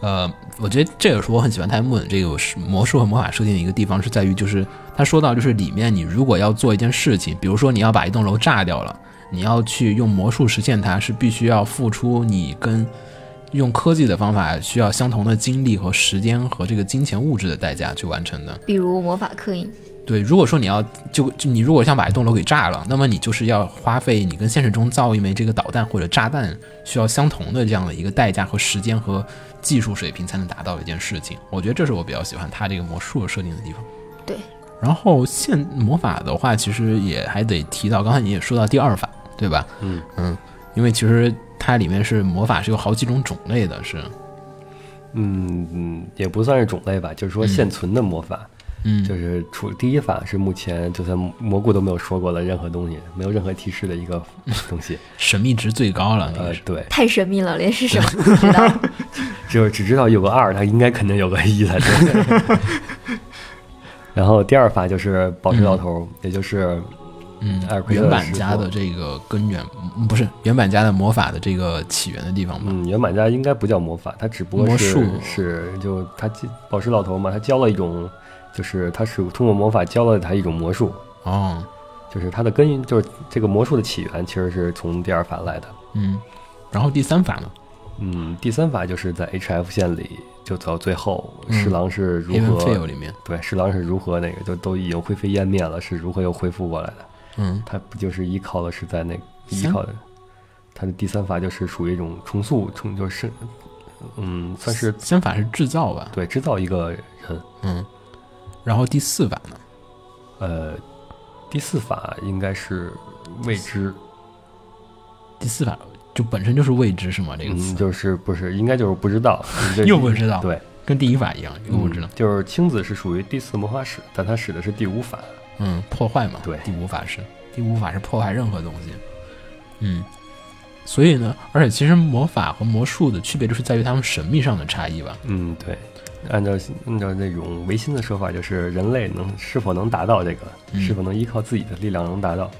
呃，我觉得这也是我很喜欢泰莫的这个是魔术和魔法设定的一个地方，是在于就是他说到就是里面你如果要做一件事情，比如说你要把一栋楼炸掉了，你要去用魔术实现它，是必须要付出你跟用科技的方法需要相同的精力和时间和这个金钱物质的代价去完成的。比如魔法刻印，对，如果说你要就就你如果想把一栋楼给炸了，那么你就是要花费你跟现实中造一枚这个导弹或者炸弹需要相同的这样的一个代价和时间和技术水平才能达到的一件事情。我觉得这是我比较喜欢它这个魔术设定的地方。对。然后现魔法的话，其实也还得提到，刚才你也说到第二法，对吧？嗯嗯，因为其实它里面是魔法是有好几种种类的，是嗯，嗯，也不算是种类吧，就是说嗯现存的魔法，嗯，就是除第一法是目前就算蘑菇都没有说过的任何东西，没有任何提示的一个 (laughs) 东西。神秘值最高了，那嗯呃个是，对，太神秘了，连是什么都不知道。就是只知道有个二，它应该肯定有个一才对。 (laughs) 然后第二法就是保持到头，也就是嗯艾尔，奎特原版是家说的这个根源嗯不是原版家的魔法的这个起源的地方吧？嗯，原版家应该不叫魔法，它只不过魔术是是就他保持到头嘛，他教了一种，就是他是通过魔法教了他一种魔术，哦，就是它的根源，就是这个魔术的起源其实是从第二法来的。嗯，然后第三法呢嗯，第三法就是在 H F 线里，就走到最后，嗯侍郎是如，Haven 何、 Fail 里面，对侍郎是如何那个就都已经灰飞烟灭了，是如何又恢复过来的？嗯，他不就是依靠的是在那依三靠的，他的第三法就是属于一种重塑，重就是嗯，算是三法是制造吧？对制造一个人。嗯，然后第四法呢？呃，第四法应该是未知，第四法就本身就是未知是吗？这个嗯，词 (laughs) 就是不是应该就是不知道，就是又不知道，对，嗯跟第一法一样，因为我知道，就是青子是属于第四魔法使，但他使的是第五法。嗯，破坏嘛，对第五法师，第五法是破坏任何东西，嗯，所以呢，而且其实魔法和魔术的区别就是在于它们神秘上的差异吧，嗯，对。按照按照那种唯心的说法，就是人类能是否能达到这个，嗯是否能依靠自己的力量能达到？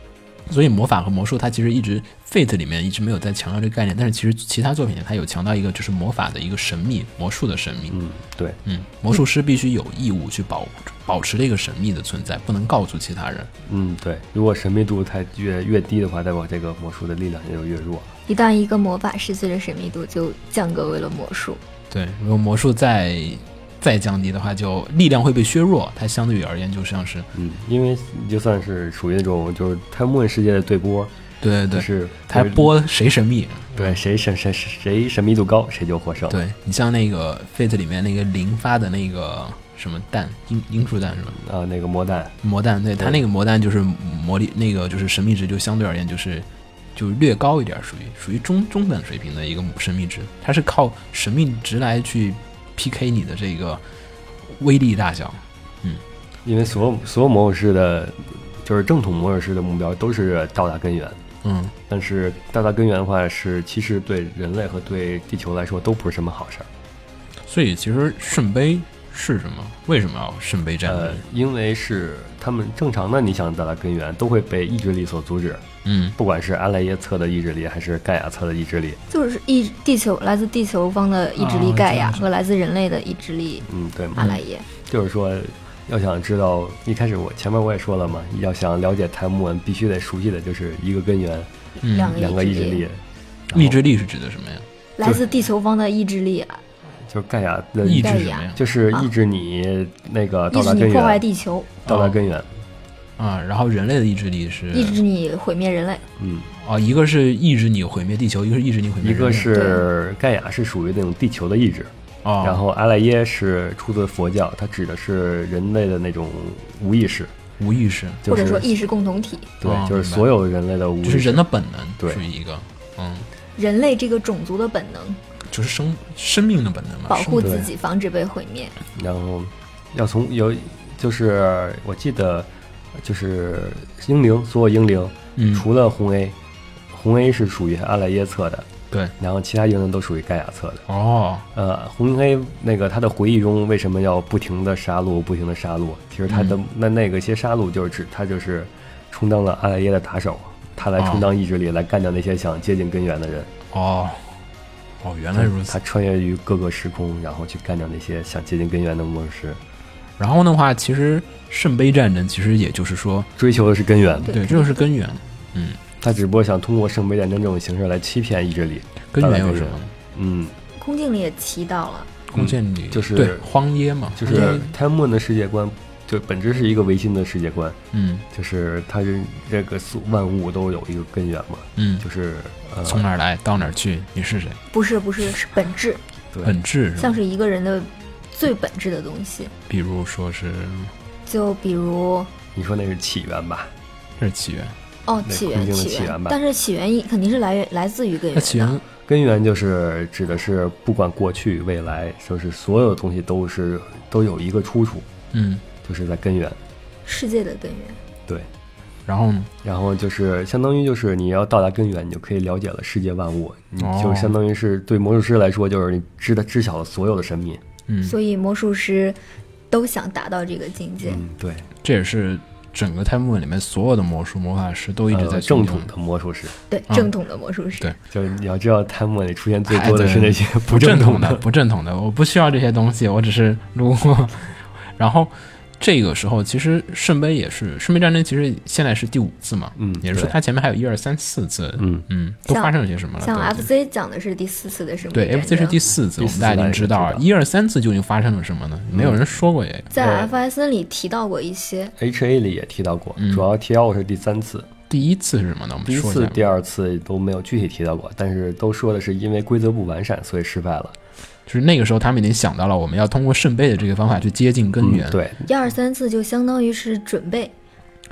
所以魔法和魔术它其实一直 Fate 里面一直没有在强调这个概念，但是其实其他作品里它有强调一个就是魔法的一个神秘，魔术的神秘，嗯，对，嗯，魔术师必须有义务去保保持这个神秘的存在，不能告诉其他人，嗯，对。如果神秘度太越越低的话，代表这个魔术的力量也就越弱。一旦一个魔法失去了神秘度，就降格为了魔术。对，如果魔术再再降低的话，就力量会被削弱，它相对于而言就像是嗯，因为你就算是属于那种就是泰莫世界的对波，对对就对，是它就是播谁神秘，对谁神谁谁神秘度高，谁就获胜。，对你像那个 Fate 里面那个零发的那个什么蛋樱樱树蛋是吧？啊，那个魔弹，魔弹，对它对那个魔弹就是魔力那个就是神秘值，就相对而言就是就略高一点，属于属于中中等水平的一个神秘值，它是靠神秘值来去 PK 你的这个威力大小。因为所有所有魔术师的，就是正统魔术师的目标都是到达根源，嗯，但是到达根源的话是，其实对人类和对地球来说都不是什么好事儿。所以其实圣杯是什么？为什么要圣杯战略呃？，因为是他们正常的，你想到达根源都会被意志力所阻止，嗯不管是阿莱耶测的意志力，还是盖亚测的意志力。就是意地球来自地球方的意志力哦盖这亚样子和来自人类的意志力嗯，对，阿莱耶。就是说，要想知道，一开始我前面我也说了嘛，要想了解泰木文，必须得熟悉的就是一个根源，嗯，个两个意意志志力力。然后意志力是指的什么呀？来自地球方的意志力，就是盖亚的意志志盖什亚么呀？就是抑制你那个啊抑到达制根你破坏源，地哦球，到达根源。啊，然后人类的意志力是抑制你毁灭人类。嗯，哦，一个是抑制你毁灭地球，一个是抑制你毁灭一人类，个是盖亚是属于那种地球的意志，哦，然后阿赖耶是出自佛教，它指的是人类的那种无意识，无意识，就或者说是意识共同体。哦对，就是明白所有人类的无就是意识人。的本能，对属于一个，嗯，人类这个种族的本能，就是生生命的本能嘛，保护生自己，防止被毁灭。然后要从有，就是我记得就是英灵，所有英灵嗯，除了红 A，红 A 是属于阿赖耶测的，对，然后其他英灵都属于盖亚测的。哦，呃，红黑那个他的回忆中为什么要不停的杀戮，不停的杀戮？其实他嗯的、那那个些杀戮就是指他就是充当了阿莱耶的打手，他来充当意志力，来干掉那些想接近根源的人。嗯哦，哦，原来如此他。穿越于各个时空，然后去干掉那些想接近根源的魔术师，然后的话，其实圣杯战争其实也就是说，追求的是根源。对对，这就是根源，嗯，他只不过想通过圣杯战争这种形式来欺骗意志力。根源有什大么概？嗯，空镜里也提到了，弓箭女就是对荒野嘛，就荒是野泰莫的世界观，就本质是一个唯心的世界观，嗯就是它是这个所万物都有一个根源嘛，嗯就，是呃，从哪儿来到哪儿去，你是嗯谁，不是不是是本质，对本质是吧像是一个人的最本质的东西。比如说是就比如你说那是起源吧？这是起源，哦，那起空源镜的起起源吧但是起源一肯定是来源来自于根源那的。起源根源就是指的是不管过去、未来，就是所有东西都是都有一个出处，嗯，就是在根源。世界的根源。对，然后呢？然后就是相当于就是你要到达根源，你就可以了解了世界万物，你哦就相当于是对魔术师来说，就是你知道知晓了所有的神秘。嗯，所以魔术师都想达到这个境界。嗯，对，这也是整个 Time Moon 里面所有的魔术魔法师都一直在呃去用正统的魔术师，对，正统的魔术师。对就是你要知道，泰莫里出现最哎多的对是那些不正正统的的。不正统的，我不需要这些东西，我只是路过。然后这个时候，其实圣杯也是圣杯战争，其实现在是第五次嘛，嗯也是说对它前面还有一二三四次，嗯嗯，都像发生了些什么了？像都已经 FC 讲的是第四次的生命对战 FC 是争第四次，第我们四次大家已经知道大家已经嗯一二三次究竟发生了什么呢？没有人说过也。在呃 FSN 里提到过一些， H A 里也提到过，嗯主要提到过是第三次，第一次是什么呢？我们第一说一下次、吧。第二次都没有具体提到过，但是都说的是因为规则不完善，所以失败了。就是那个时候他们已经想到了我们要通过圣杯的这个方法去接近根源。嗯，，对，一二三次就相当于是准备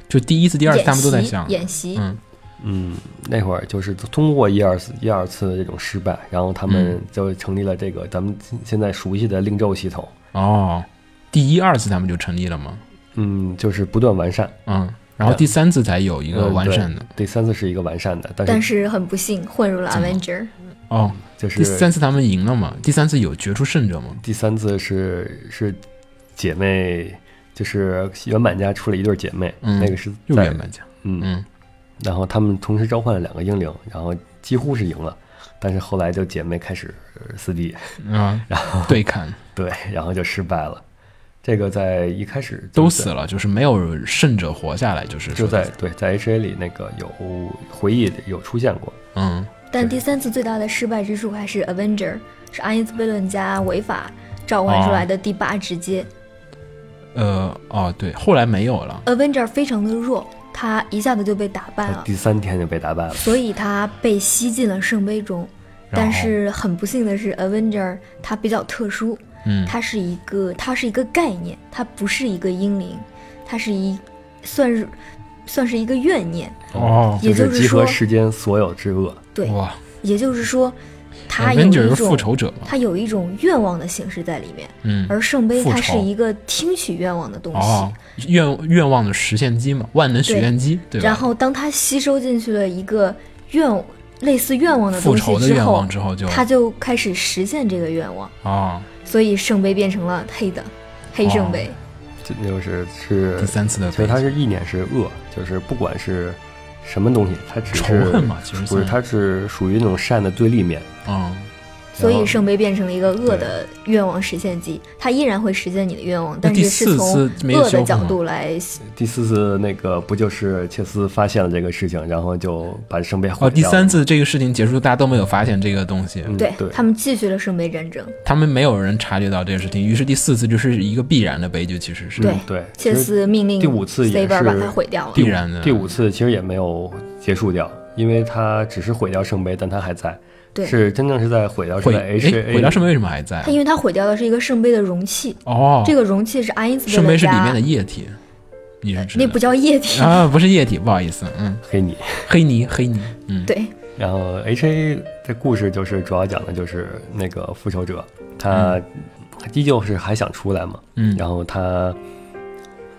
就第一次、第演二习次他们都在想，演习，嗯，嗯，那会儿就是通过一二次一二次的这种失败，然后他嗯们就成立了这个咱们现在熟悉的令咒系统。哦，第一、二次他们就成立了吗？嗯，就是不断完善。嗯，然后第三次才有一个完善的嗯。对第三次是一个完善的，但是但是很不幸混入了怎么 Avenger。哦，就是第三次他们赢了嘛？第三次有决出胜者吗？第三次是是姐妹，就是原版家出了一对姐妹，嗯那个是又在原版家。嗯，嗯，然后他们同时召唤了两个英灵，然后几乎是赢了，但是后来就姐妹开始撕逼，啊，对看 (laughs) 对，然后就失败了。这个在一开始就都在死了，就是没有胜者活下来，就是说就在对在 H A 里那个有回忆里有出现过，嗯但第三次最大的失败之处还是 Avenger，是安伊斯贝伦家违法召唤哦出来的第八直接。呃哦对，后来没有了。 Avenger 非常的弱，他一下子就被打败他了，第三天就被打败了。所以他被吸进了圣杯中。然后但是很不幸的是，Avenger 它比较特殊，嗯它是一个它是一个概念，它不是一个英灵，它是一算是算是一个怨念，哦也就是就是集合说世间所有之恶，对，哇，也就是说，它有 Avenger 呃一是种复仇者嘛？它有一种愿望的形式在里面，嗯而圣杯复它是仇一个听取愿望的东西。哦，愿愿望的实现机嘛，万能许愿机对吧？然后当它吸收进去了一个愿类似愿望的复东仇西的之愿后望，之后就它就开始实现这个愿望，哦，所以圣杯变成了黑的，黑圣杯。这就是是第三次的其实背它景是意念是恶，就是不管是什么东西，它只是仇恨嘛，其实不是，算它是属于那种善的对立面。嗯所以圣杯变成了一个恶的愿望实现机，它依然会实现你的愿望，但第是四是次从没有恶修的复角吗嗯度来第四次那个不就是切斯发现了这个事情，然后就把圣杯毁哦，第掉三了次这个事情结束，大家都没有发现这个东西，嗯对对他们继续了圣杯战争。他们没有人察觉到这个事情，于是第四次就是一个必然的悲剧，其实是对对，其切实斯命令第五次也 Saber 是把它毁掉了必。然的。第五次其实也没有结束掉，因为它只是毁掉圣杯，但它还在。对是真正是在毁掉是毁在 H 哎， A 毁掉圣杯为什么还在它？因为它毁掉的是一个圣杯的容器，哦，这个容器是爱因斯圣贝杯勒是里家呃面的液体，你是指那的不叫液体，啊，不是液体，不好意思，嗯，黑你。黑泥黑泥，嗯， (laughs) 对，然后 H A 的故事就是主要讲的就是那个复仇者，他依旧是还想出来嘛，嗯，然后他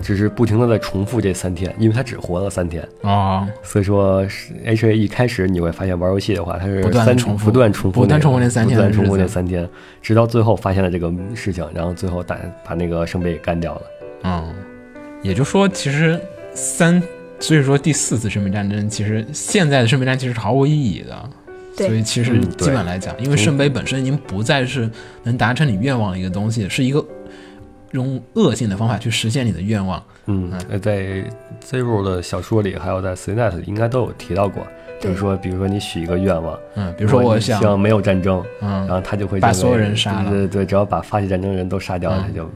只是不停的在重复这三天，因为他只活了三天，哦，所以说 H A 一开始你会发现玩游戏的话，它是不断地三重复不断重复、不断重复那三天不断重复的那日子三天，直到最后发现了这个事情，然后最后打把那个圣杯给干掉了。嗯，也就是说，其实三，所以说第四次圣杯战争，其实现在的圣杯战其实是毫无意义的。对所以其实嗯对基本来讲，因为圣杯本身已经不再是能达成你愿望的一个东西，是一个用恶性的方法去实现你的愿望。嗯，呃在 Zero 的小说里，还有在 CNET 应该都有提到过，就对是说，比如说你许一个愿望，嗯，比如说我我想希，望没有战争，然嗯，后他就会把认为所有人杀了对对对，只要把发起战争的人都杀掉了，嗯他就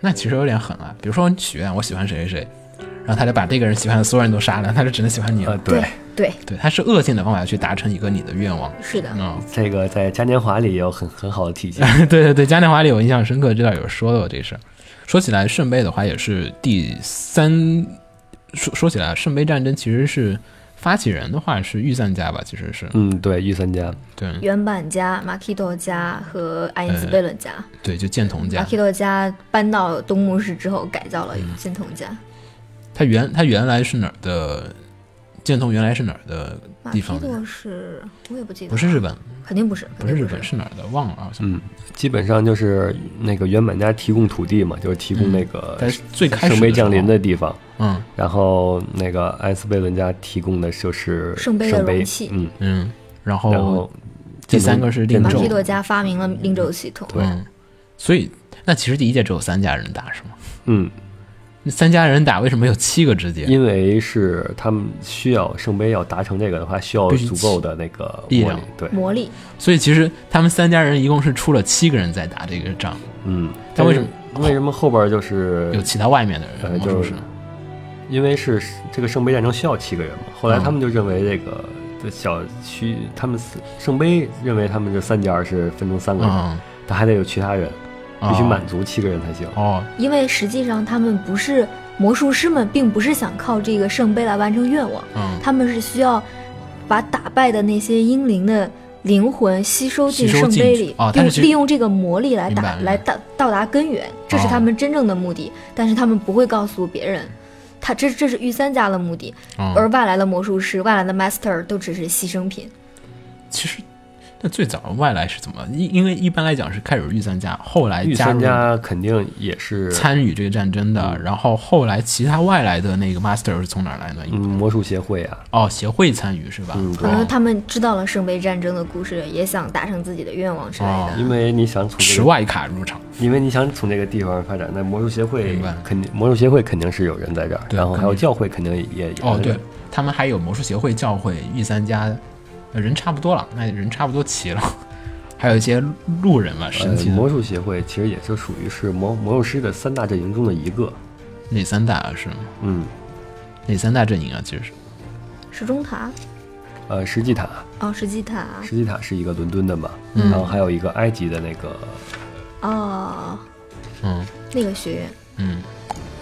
那其实有点狠啊。比如说你许愿，我喜欢谁谁谁，然后他就把这个人喜欢的所有人都杀了，他就只能喜欢你了。呃对。对，对，它是恶性的方法去达成一个你的愿望。是的，嗯，这个在嘉年华里也有很很好的体现， (laughs) 对对对，嘉年华里我印象深刻，知道有说过这事儿。说起来，圣杯的话也是第三。说说起来，啊圣杯战争其实是发起人的话是御三家吧，其实是 (laughs) 嗯，对，御三家，对原版家、马基多家和爱因斯贝伦家。呃对，啊嗯就剑童马家。基多家搬到东牧市之后，改造了金童家。他原他原来是哪儿的？剑童原来是哪儿的马地基方的？多是我也不记得，不是日，本，肯定不是，不是日本，是哪儿的？忘了啊。好像嗯，基本上就是那个原本家提供土地嘛，就是提供那个在最开始嗯圣杯降临的时的地方，候，嗯然后那个埃斯贝伦家提供的就是圣杯的圣杯容器，嗯，嗯，然然后后第三个是剑令马童咒基，多家发明了令咒系统。对嗯，所以那其实第一届只有三家人打是吗？嗯，那三家人打为什么有七个直接？因为是他们需要圣杯要达成这个的话，需要必须足够的那个力魔量力，对，魔力，所以其实他们三家人一共是出了七个人在打这个仗，嗯，但为什么但是为什么后边就是有其他外面的人呃吗？就是是因为是这个圣杯战争需要七个人嘛，嗯后来他们就认为这个这小区他们四圣杯认为他们这三家是分成三不个是？人，嗯，他还得有其他人，必须满足七个人才行。哦，因为实际上他们不是魔术师们，并不是想靠这个圣杯来完成愿望，嗯，他们是需要把打败的那些英灵的灵魂吸收进吸收圣进杯去里，哦但用是其实利用这个魔力来明白打明白啊来到到达根源，这是哦他们真正的目的。但是他们不会告诉别人，他这这是御三家的目的，嗯而外来的魔术师、外来的 master 都只是牺牲品。其实，那最早外来是怎么？因因为一般来讲是开始御三家，后来御加三入家嗯肯定也是，参与这个战争的，然后后来其他外来的那个 master 是从哪儿来呢？嗯，魔术协会啊，哦，协会参与是吧？嗯可能哦他们知道了圣杯战争的故事，也想达成自己的愿望之类哦的。因为你想从持这个，外卡入场，因为你想从这个地方发展，那魔术协会明白肯定魔术协会肯定是有人在这儿，对然后还有肯定教会肯定也呃有哦，人对他们还有魔术协会、教会、御三家，呃人差不多了，那人差不多齐了，还有一些路人嘛，神呃奇，的魔术协会其实也就属于是魔魔术师的三大阵营中的一个，哪三大啊？是吗嗯，哪三大阵营啊？其实是石钟塔，呃，石祭塔，哦，石祭塔，石祭塔是一个伦敦的嘛，嗯然后还有一个埃及的那个，哦，嗯那个学院，嗯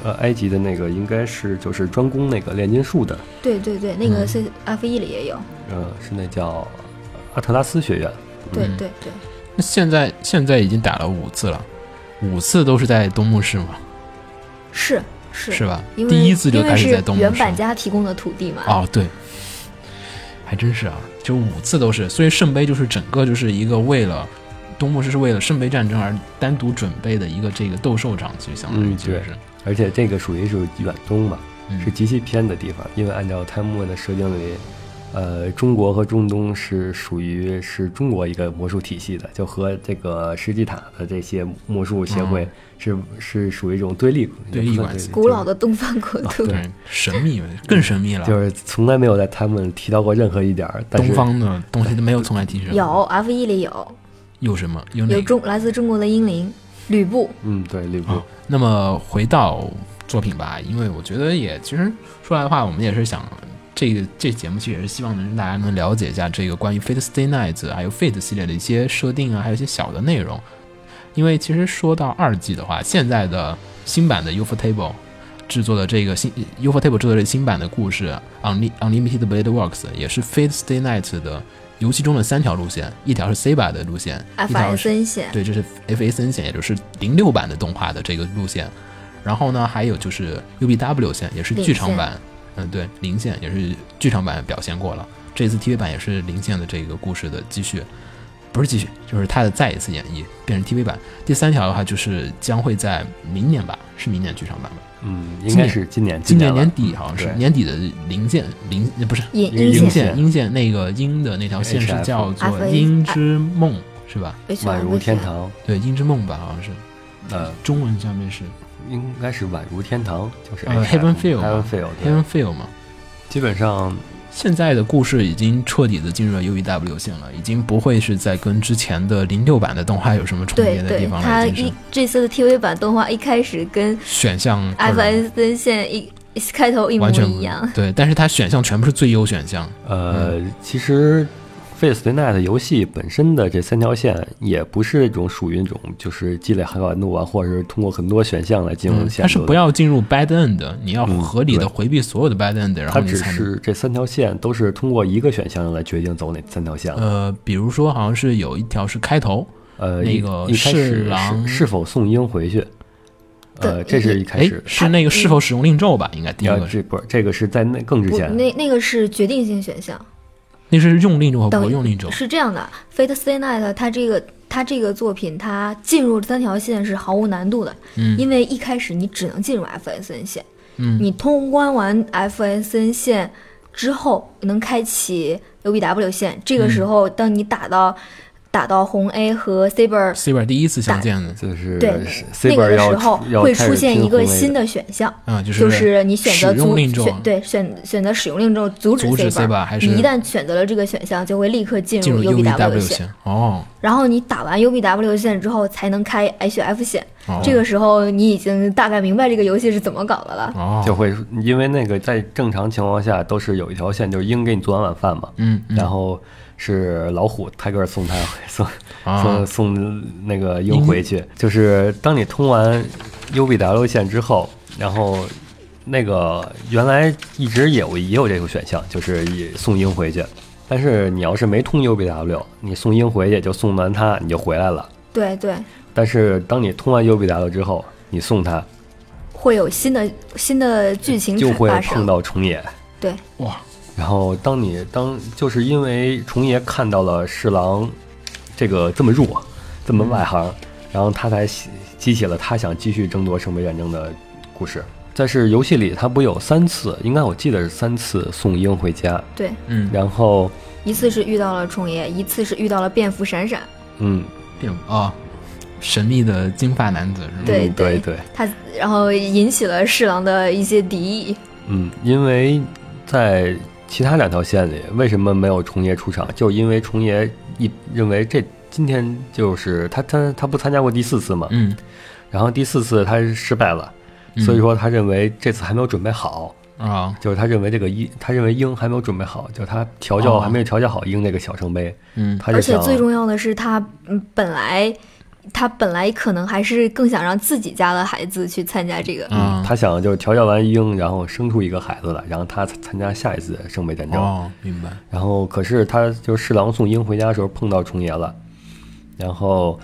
呃，埃及的那个应该是就是专攻那个炼金术的，对对对，那嗯个 C F E 里也有，呃，是那叫阿特拉斯学院，对嗯对对，那现在现在已经打了五次了，五次都是在东牧市嘛，是是是吧？因为第一次就开始在东因为牧是市原。版家提供的土地嘛，哦，对，还真是啊，就五次都是。所以圣杯就是整个就是一个为了东牧市是为了圣杯战争而单独准备的一个这个斗兽场，就相当于嗯其实对是，而且这个属于是远东嘛，嗯是极其偏的地方，因为按照泰莫的设定里，呃，中国和中东是属于是中国一个魔术体系的，就和这个石祭塔的这些魔术协会是、是属于一种对立嗯对立关系古老的东方国度，对神秘更神秘了。就是从来没有在他们提到过任何一点儿，但东是方的东西都没有从来提升，有 F E 里有有什么有哪有个？中来自中国的英灵吕布，嗯，对，吕布、啊，那么回到作品吧，因为我觉得也其实说来的话，我们也是想这个这节目其实也是希望能让大家能了解一下这个关于 Fate Stay Night 还有 Fate 系列的一些设定啊，还有一些小的内容。因为其实说到二季的话，现在的新版的 UFO Table 制作的这个新 UFO Table 制作的新版的故事 Unli- Unlimited Blade Works 也是 Fate Stay Night 的游戏中的三条路线，一条是 Seba 的路线，一 F 条 I 是啊森险，对，这是 FA 森线，也就是零六版的动画的这个路线。然后呢，还有就是 UBW 线，也是剧场版，嗯，对，零线也是剧场版表现过了。这次 TV 版也是零线的这个故事的继续，不是继续，就是它的再一次演绎，变成 TV 版。第三条的话，就是将会在明年吧，是明年剧场版吧？嗯，应今该年是今年今年嗯了年底好像是对年底的零线零，呃不是阴阴险阴阴线线阴线那个阴的那条线是 HF 叫做《 FA 阴之梦》是吧？哎宛如天，堂，对，《阴之梦》吧，好像是。呃，中文上面是应该是宛如天堂，就是呃 HF Heaven Feel 嘛 Heaven Feel，对 Heaven Feel 嘛。基本上现在的故事已经彻底的进入了 UEW 线了，已经不会是在跟之前的零六版的动画有什么重对叠的地对，方他了，已经一是这次的 T V 版动画一开始跟选项 F 或 I 森险一一开头一者模完全一样，对，但是它选项全部是最优选项，呃，嗯其实《Face the Night》游戏本身的这三条线也不是那种属于那种就是积累好感度啊，或者是通过很多选项来进行嗯，它选是择不的。要进入 bad end 的，你要嗯合理的对回避所嗯有的 bad end，然后它你只才能。是这三条线都是通过一个选项来决定走哪三条线了。呃，比如说好像是有一条是开头，呃，那一个一开侍始郎是是否送鹰回去？呃，这对是一开哎始，。是那个是否使用令咒吧？应该第一要个是，这不是这个是在那更之不，前，那那个是决定性选项。那是用令咒和等不用令咒。是这样的，《Fate Stay Night》它这个它这个作品，它进入这三条线是毫无难度的，嗯因为一开始你只能进入 FSN 线，嗯你通关完 FSN 线之后能开启 UBW 线，这个时嗯候当你打到、打到红 A 和 Saber。 ，Saber 第一次相打见的，就是对，那 Saber 个要时候要会开出始现进一个红 A 新的，的选项，啊，就是就是你选择使用阻令咒选对选选择使用令咒阻止阻止 C C 吧还是你一旦选择了这个选项，就会立刻进进入 E UBW 线。线。哦，然后你打完 UBW 线之后才能开 HF 线，哦这个时候你已经大概明白这个游戏是怎么搞的了。哦，就会因为那个在正常情况下都是有一条线，就是鹰给你做完晚饭嘛，嗯，嗯然后是老虎泰戈尔送他 (laughs) 回送啊送，送那个鹰回去，就是当你通完 UBW 线之后，然后那个原来一直也有也有这个选项，就是也送鹰回去。但是你要是没通 UBW，你送鹰回去就送完它，你就回来了。对对，但是当你通完 UBW 之后，你送它会有新的新的剧情就会发碰生。到重野。对，哇，然后当你当就是因为重爷看到了侍郎这个这么弱，这么外行，然后他才喜激起了他想继续争夺圣杯战争的故事。但是游戏里他不有三次，应该我记得是三次送鹰回家，对，嗯，然后一次是遇到了虫爷，一次是遇到了蝙蝠闪闪。嗯，变啊，神秘的金发男子是吗？对嗯对对，他然后引起了侍郎的一些敌意。嗯，因为在其他两条线里，为什么没有重爷出场？就因为重爷一认为这今天就是他他他不参加过第四次嘛，嗯，然后第四次他失败了，嗯所以说他认为这次还没有准备好，啊，就是他认为这个鹰，他认为鹰还没有准备好，就是他调教哦还没有调教好鹰这个小圣杯，嗯，他就而且想最重要的是他，嗯，本来他本来可能还是更想让自己家的孩子去参加这个。啊，他想就是调教完鹰，然后生出一个孩子来，然后他参加下一次圣杯战争，哦，明白，然后可是他就是侍郎送鹰回家的时候碰到重爷了，然后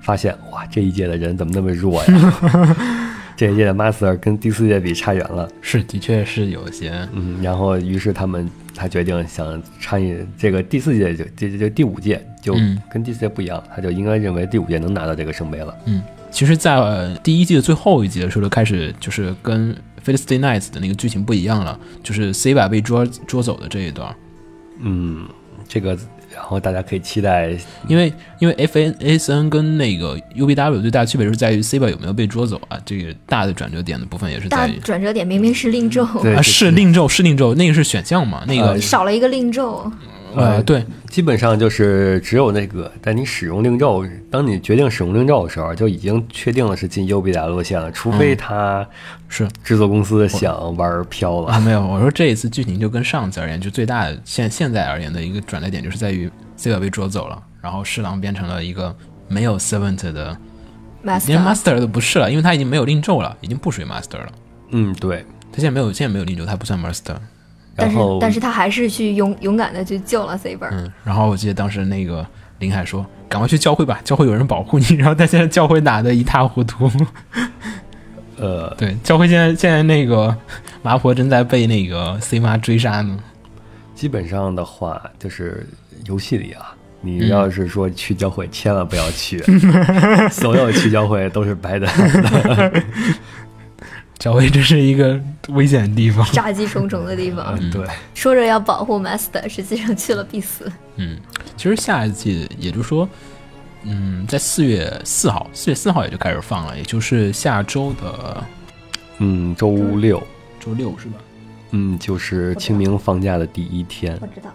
发现哇这一届的人怎么那么弱呀？ (laughs) 这一届的 master 跟第四届比差远了，是，的确是有些，嗯，然后于是他们他决定想参与这个第四届就就就就第五届就嗯跟第四届不一样，他就应该认为第五届能拿到这个圣杯了。嗯，其实，在呃第一季的最后一集的时候，就开始就是跟《f e l i c i t y Nights》的那个剧情不一样了，就是 C 版被捉捉走的这一段，嗯，这个然后大家可以期待，因为因为 F N S N 跟那个 U B W 最大区别就是在于 C 版有没有被捉走啊，这个大的转折点的部分也是大在于转折点明明是令咒，嗯对啊，是令咒是令咒，那个是选项嘛，那个呃少了一个令咒。嗯呃对，基本上就是只有那个在你使用令咒，当你决定使用令咒的时候，就已经确定了是进 UBW 路线了，除非他是制作公司想玩飘了。啊，没有，我说这一次剧情就跟上次而言，就最大的现现在而言的一个转折点，就是在于 C 表被捉走了，然后侍郎变成了一个没有 servant 的，连 Master， master 都不是了，因为他已经没有令咒了，已经不属于 master 了。嗯，对。他现在没有，现在没有令咒，他不算 master。但然是后但是他还是去勇勇敢的去救了 Saber。嗯，然后我记得当时那个林海说：“赶快去教会吧，教会有人保护你。”然后他现在教会打得一塌糊涂。呃，对，教会现在现在那个麻婆正在被那个 C 妈追杀呢。基本上的话，就是游戏里啊，你要是说去教会，千万不要去，所有去教会都是白的。教会这是一个危险的地方。杀机重重的地方，对，说着要保护 Master，实际上去了必死。嗯，其实下一季，也就是说，嗯，在四月四号，四月四号也就开始放了，也就是下周的嗯，周六，周六是吧？嗯，就是清明放假的第一天。我知道，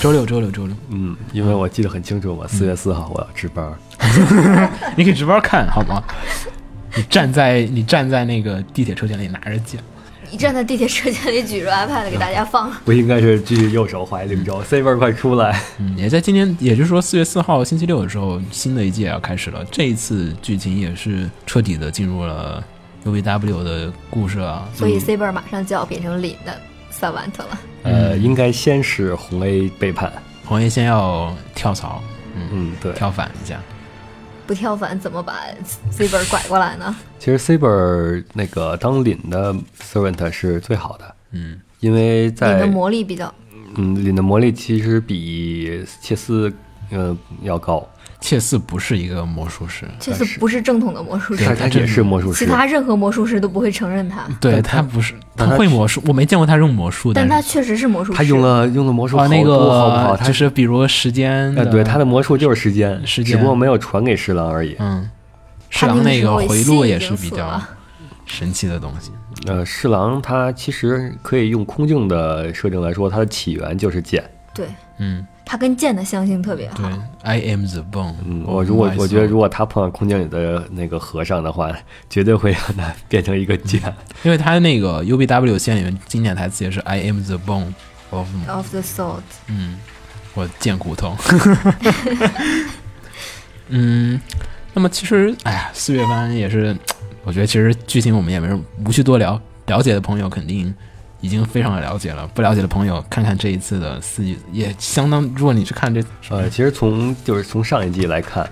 周六，周六，周六，嗯，因为我记得很清楚嘛，四月四号我要值班。你可以值班看好 (laughs) 吗？你站在你站在那个地铁车厢里拿着剑，你站在地铁车间里举着 iPad 给大家放，不应该是继续右手怀灵州 C 位快出来。嗯，也在今天，也就是说四月四号星期六的时候，新的一季也要开始了。这一次剧情也是彻底的进入了 UVW 的故事啊，所嗯以 Saber 马上就要变成林的 Savant 了。呃，应该先是红 A 背叛。红叶先要跳槽，嗯，嗯，对。跳反一下，不跳反怎么把 Saber 拐过来呢？其实 C 本那个当领的 servant 是最好的，嗯，因为你的在魔力比较，嗯领的魔力其实比切斯呃要高，切四不是一个魔术师，这次不是正统的魔术对嗯但师，他也是魔术其师。他任何魔术师都不会承认他，对但他他不是，但他他会去魔术，我没见过他用魔术，但是他确实是魔术师。他用了用的魔术哦好那多，好不好？个啊他就是比如时间呃，的，对他的魔术就是时间，时只不过间没有传给侍郎而已。嗯，是他啊，那那时个候回吸路已也经是比死较了神奇的东西，呃，侍郎他其实可以用空镜的设定来说，它的起源就是剑。对嗯，他跟剑的相性特别对好， ，I am the bone，嗯，我如果 my 我觉得 soul 如果他碰上空间里的那个和尚的话，绝对会让他 (laughs) 变成一个剑。因为他那个 UBW 线里面经典台词也是 I am the bone of， ，Of the Soul。嗯，我贱骨 (laughs) 头。嗯，那么其实，哎呀，四月番也是，我觉得其实剧情我们也没什么无需多聊，了解的朋友肯定已经非常的了解了，不了解的朋友看看这一次的四季也相当，如果你是看这， (laughs) 呃，其实从就是从上一季来看，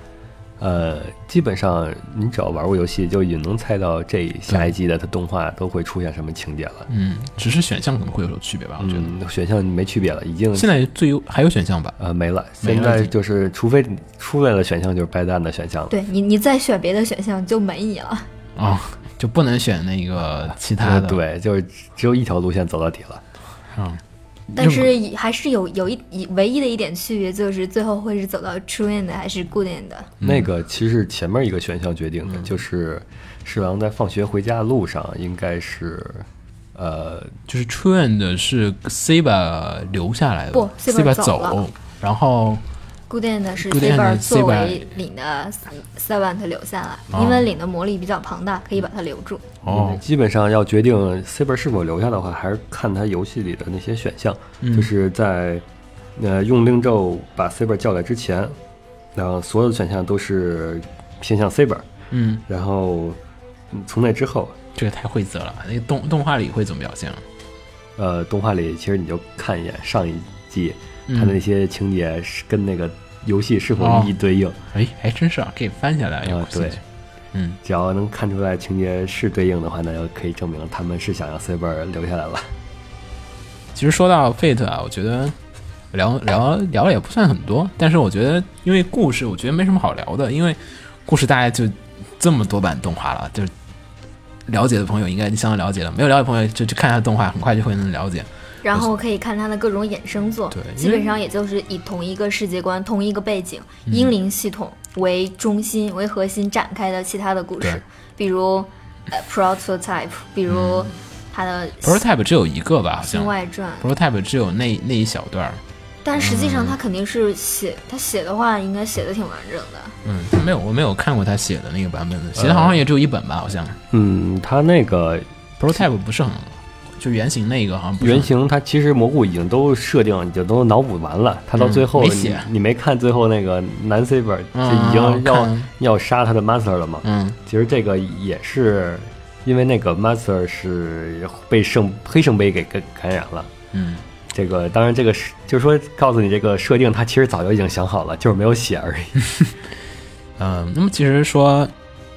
呃，基本上你只要玩过游戏，就也能猜到这下一季的它动画都会出现什么情节了。嗯，只是选项可能会有所区别吧，我觉得。嗯，选项没区别了，已经现在最优还有选项吧？呃没了。没了现在就是，除非你出来的选项就是掰蛋的选项了。对你，你再选别的选项就没你了。啊、就不能选那个其他呃的。，对，就是只有一条路线走到底了。嗯，但任何是也还是有有一一唯一的一点区别，就是最后会是走到 true end 还是 good end 的。那个其实是前面一个选项决定嗯的，就是侍郎在放学回家的路上，应该是，呃，就是 t r u e n 的是 Ciba 留下来的，不 Ciba Saber 走走了然后 good end 是 Good C End 是本 Saber 作为领的 servant 留下来，哦因为领的魔力比较庞大，可以把它留住。哦，基本上要决定 Saber 是否留下的话，还是看他游戏里的那些选项，嗯就是在呃用令咒把 Saber 叫来之前，然后所有的选项都是偏向 Saber，嗯，然后嗯从那之后，这个太晦涩了，那个动动画里会怎么表现啊？呃，动画里其实你就看一眼上一季，嗯它的那些情节是跟那个游戏是哦否一一对应。哎，还真是啊，可以翻下来有啊兴趣对嗯，只要能看出来情节是对应的话，那就可以证明他们是想让 Saber 留下来了。其实说到 Fate 啊，我觉得聊聊聊的也不算很多，但是我觉得因为故事，我觉得没什么好聊的，因为故事大概就这么多版动画了，就是了解的朋友应该相当了解了，没有了解的朋友就去看一下动画，很快就会能了解。然后可以看它的各种衍生作对因，为基本上也就是以同一个世界观、同一个背景、嗯英灵系统为中心、为核心展开的其他的故对事，比如呃 prototype，比嗯如它的 Prototype (laughs) 只有一个吧，好像新外传， Prototype 只有那那一小段儿，但实际嗯上它肯定是写，它写的话应该写的挺完整的。嗯，他没有，我没有看过他写的那个版本的，写呃的好像也只有一本吧，好像嗯，他那个 Prototype 不是很，就原型那个好像不是很嗯原型，他其实蘑菇已经都设定，已经都脑补完了。他到嗯最后，没你写你没看最后那个男 Saber 就嗯已经要、看要杀他的 Master 了吗？嗯其实这个也是因为那个 Master 是被圣黑圣杯给感感染了。嗯，这个当然，这个是就是说告诉你这个设定，他其实早就已经想好了，就是没有写而已。嗯，那么其实说，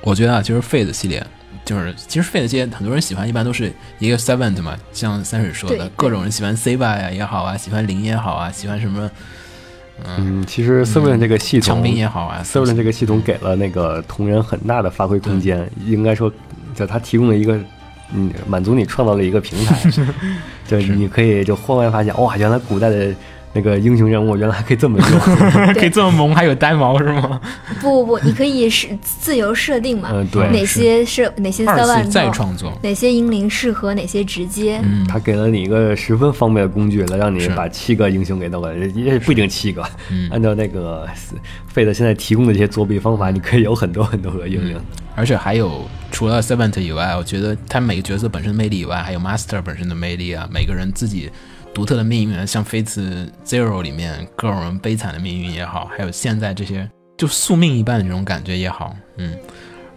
我觉得啊，其实 Fate 系列就是，其实 Fate 系列很多人喜欢，一般都是一个 Seventh 嘛，像三水说的对，各种人喜欢 C 吧呀也好啊，喜欢零也好啊，喜欢什么嗯，其实 s e v e n 这个系枪统兵也好啊 s e r v e 这个系统给了那个同人很大的发挥空间，应该说，就它提供了一个，嗯，满足你创造了一个平台， (laughs) 就你可以就忽然发现，哇，原来古代的那个英雄人物原来还可以这么 (laughs) 用，可以这么萌，还有呆毛是 (laughs) 吗？(laughs) 不不不，你可以是自由设定嘛？嗯，对，哪些是哪些呃二三万次再套，创作，哪些英灵适合，哪些直接？嗯，它给了你一个十分方便的工具，来让你是把七个英雄给弄过来，也不一定七个，嗯按照那个费德现在提供的这些作弊方法，你可以有很多很多个英灵。而且还有除了 Seventh 以外，我觉得他每个角色本身的魅力以外，还有 Master 本身的魅力啊，每个人自己独特的命运啊，像 Fate Zero 里面各种人悲惨的命运也好，还有现在这些就宿命一般的这种感觉也好，嗯。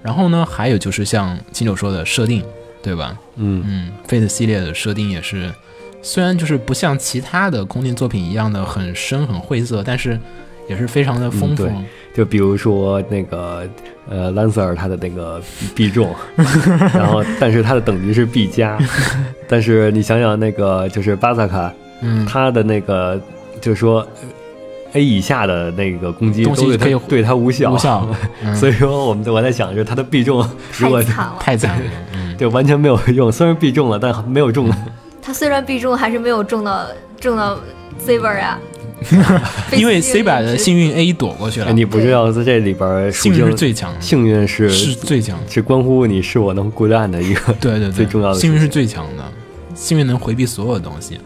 然后呢，还有就是像金九说的设定，对吧？嗯，嗯，Fate 系列的设定也是，虽然就是不像其他的空间作品一样的很深很晦涩，但是也是非常的丰嗯富。对就比如说那个呃，兰瑟尔他的那个 B 中， (laughs) 然后但是他的等级是 B 加，但是你想想那个就是巴萨卡，嗯，他的那个就是说呃 A 以下的那个攻击东都西对可以他对他无效，无效 (laughs) 嗯所以说我们我在想就是他的 B 中如果太惨了！太 (laughs) 赞了，嗯。，就完全没有用，虽然 B 中了，但没有中。他虽然必中，还是没有中到中到 Saber 啊 (laughs) 因为被 C 版的直幸运 A 躲过去了，哎你不知道在这里边幸属运是性最强的，幸运是是最强的，是关乎你是否能孤单的一个对对对，最重要的事幸情运是最强的，幸运能回避所有的东西。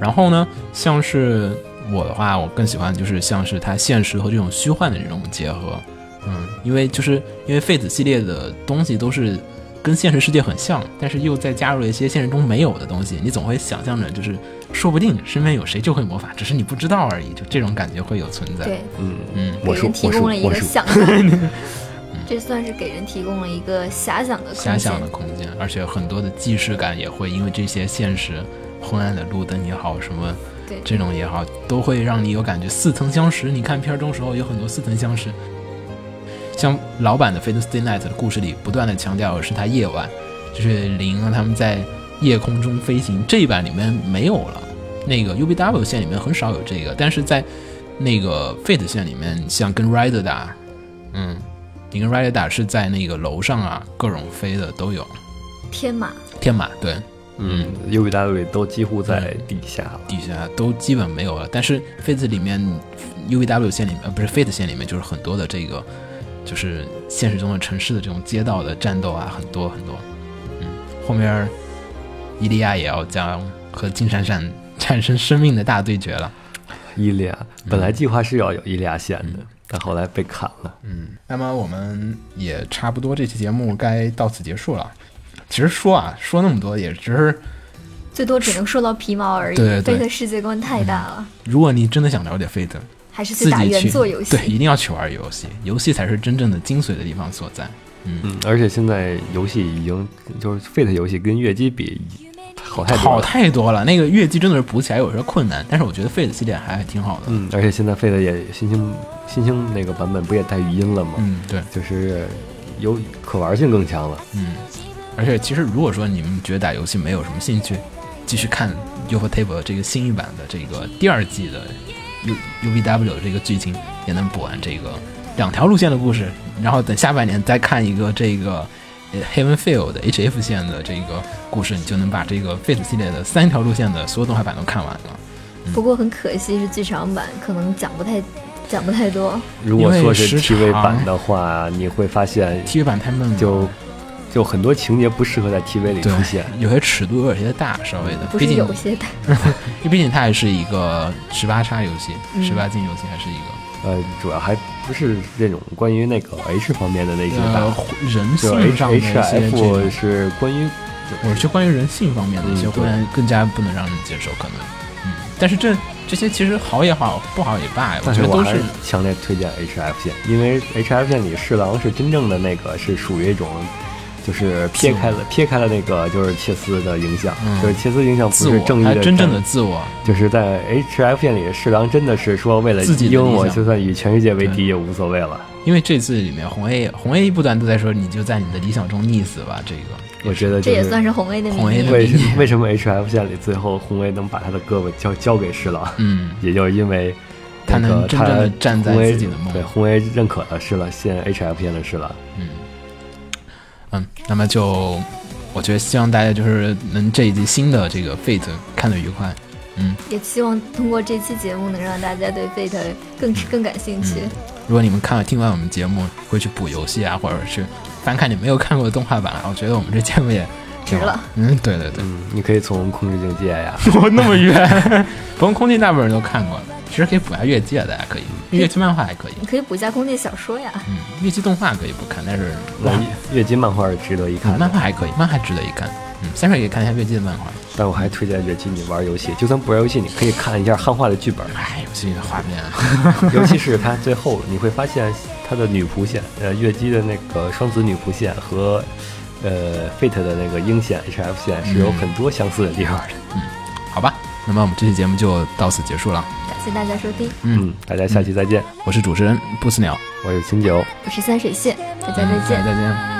然后呢，像是我的话，我更喜欢就是像是它现实和这种虚幻的这种结合，嗯，因为就是因为 Fate 系列的东西都是跟现实世界很像，但是又再加入了一些现实中没有的东西，你总会想象着就是说不定身边有谁就会魔法，只是你不知道而已，就这种感觉会有存在。对，嗯嗯我给说我人提说供了一我个 (laughs) 说，想象，这算是给人提供了一个遐想的空遐间。想的空间，而且很多的既视感也会因为这些现实昏暗的路灯也好，什么对，这种也好，都会让你有感觉似曾相识。你看片儿中时候有很多似曾相识，像老版的《f a t e Stay Night》的故事里，不断的强调的是它夜晚，就是林啊他们在夜空中飞行。这一版里面没有了，那个 UBW 线里面很少有这个，但是在那个 Fate 线里面，像跟 Rider 打，嗯，你跟 Rider 打是在那个楼上啊，各种飞的都有。天马天马对，嗯，U B W 都几乎在底下了。底下都基本没有了。但是 Fate 里面，UVW 线里面，呃，不是 Fate 线里面，就是很多的这个，就是现实中的城市的这种街道的战斗啊，很多很多。嗯，后面伊利亚也要将和金闪闪 (laughs) 产生生命的大对决了。伊利亚本来计划是要有 E 伊利亚线的，但后来被砍了。那么我们也差不多这期节目该到此结束了。其实说啊，说那么多也只是最多只能说到皮毛而已。对对对贝特世界观太大了，如果你真的想了解 Fate，还是自去打己原去作游戏。对，一定要去玩游戏，游戏才是真正的精髓的地方所在。嗯，而且现在游戏已经就是 Fate 游戏跟月姬比好太多好了。太多了，那个月季真的是补起来有时候困难，但是我觉得 Fate 系列还挺好的。嗯，而且现在 Fate 也新兴新兴那个版本不也带语音了吗？嗯，对，就是有可玩性更强了。嗯，而且其实如果说你们觉得打游戏没有什么兴趣，继续看 UFO Table 这个新一版的这个第二季的 U UVW 这个剧情，也能补完这个两条路线的故事，然后等下半年再看一个这个。呃 Heaven Field 的 HF 线的这个故事，你就能把这个 Fate 系列的三条路线的所有动画版都看完了。不过很可惜是剧场版，可能讲不太讲不太多。如果说是因为时 TV 长版的话，你会 (laughs) 发现 TV 版太闷了，就就很多情节不适合在 TV 里对出现。有些尺度有些大，稍微的，不毕是竟有些大，毕竟它还是一个十八叉游戏，嗯十八禁游戏还是一个呃，主要还不是这种关于那个 H 方面的那些呃大，人就性 H 上的一 H 些这 F 种。是关于我是关于人性方面的一些，嗯对会让更加不能让人接受，可能。嗯，但是这这些其实好也好，不好也罢，我但觉是得我都还是是强烈推荐 H F 线，因为 H F 线里侍郎是真正的那个是属于一种，就是撇开了撇开了那个就是切斯的影响，嗯就是切斯影响不自是正我，义还的真正战的自我。就是在 H F 线里，侍郎真的是说为了自己的赢理我，想就算与全世界为对敌也无所谓了。因为这次里面红 A 红 A 不断都在说，你就在你的理想中溺死吧，这个我觉得这就也算是红 A 的红名 A 的义。为理解为什么 H F 线里最后红卫能把他的胳膊交交给侍郎，嗯，也就是因为他那能个真正的他站在红卫自己的梦对红卫认可了侍郎，现 H F 线的侍郎。嗯，嗯，那么就我觉得希望大家就是能这一季新的这个 Fate 看得愉快。也希望通过这期节目能让大家对 Fate 嗯更更感兴趣。如果你们看了听完我们节目，会去补游戏啊，或者是翻看你没有看过的动画版啊，我觉得我们这节目也挺好值了。嗯，对 (laughs) 对对，嗯，你可以从控制境界 (laughs) 呀，我那么远， (laughs) 不过空间大部分人都看过了，其实可以补下越界的，大家可以，因为越剧漫画还可以，你可以补一下空间小说呀，嗯，越剧动画可以不看，但是那月姬漫画是值得一看嗯漫的。画还可以，漫画值得一看。嗯，下面可以看一下越界的漫画。但我还推荐月姬你玩游戏，就算不玩游戏，你可以看一下汉化的 (laughs) 剧本，哎，游戏的画面啊， (laughs) 尤其是他最后你会发现他的女仆线，呃，月姬的那个双子女仆线和。呃，Fate 的那个鹰线 HF 线是有嗯很多相似的地方的。好吧，那么我们这期节目就到此结束了。感谢大家收听，嗯嗯，大家下期再见，我是主持人不死鸟，我是秦九。我是三水蟹，大家再大家。见再见。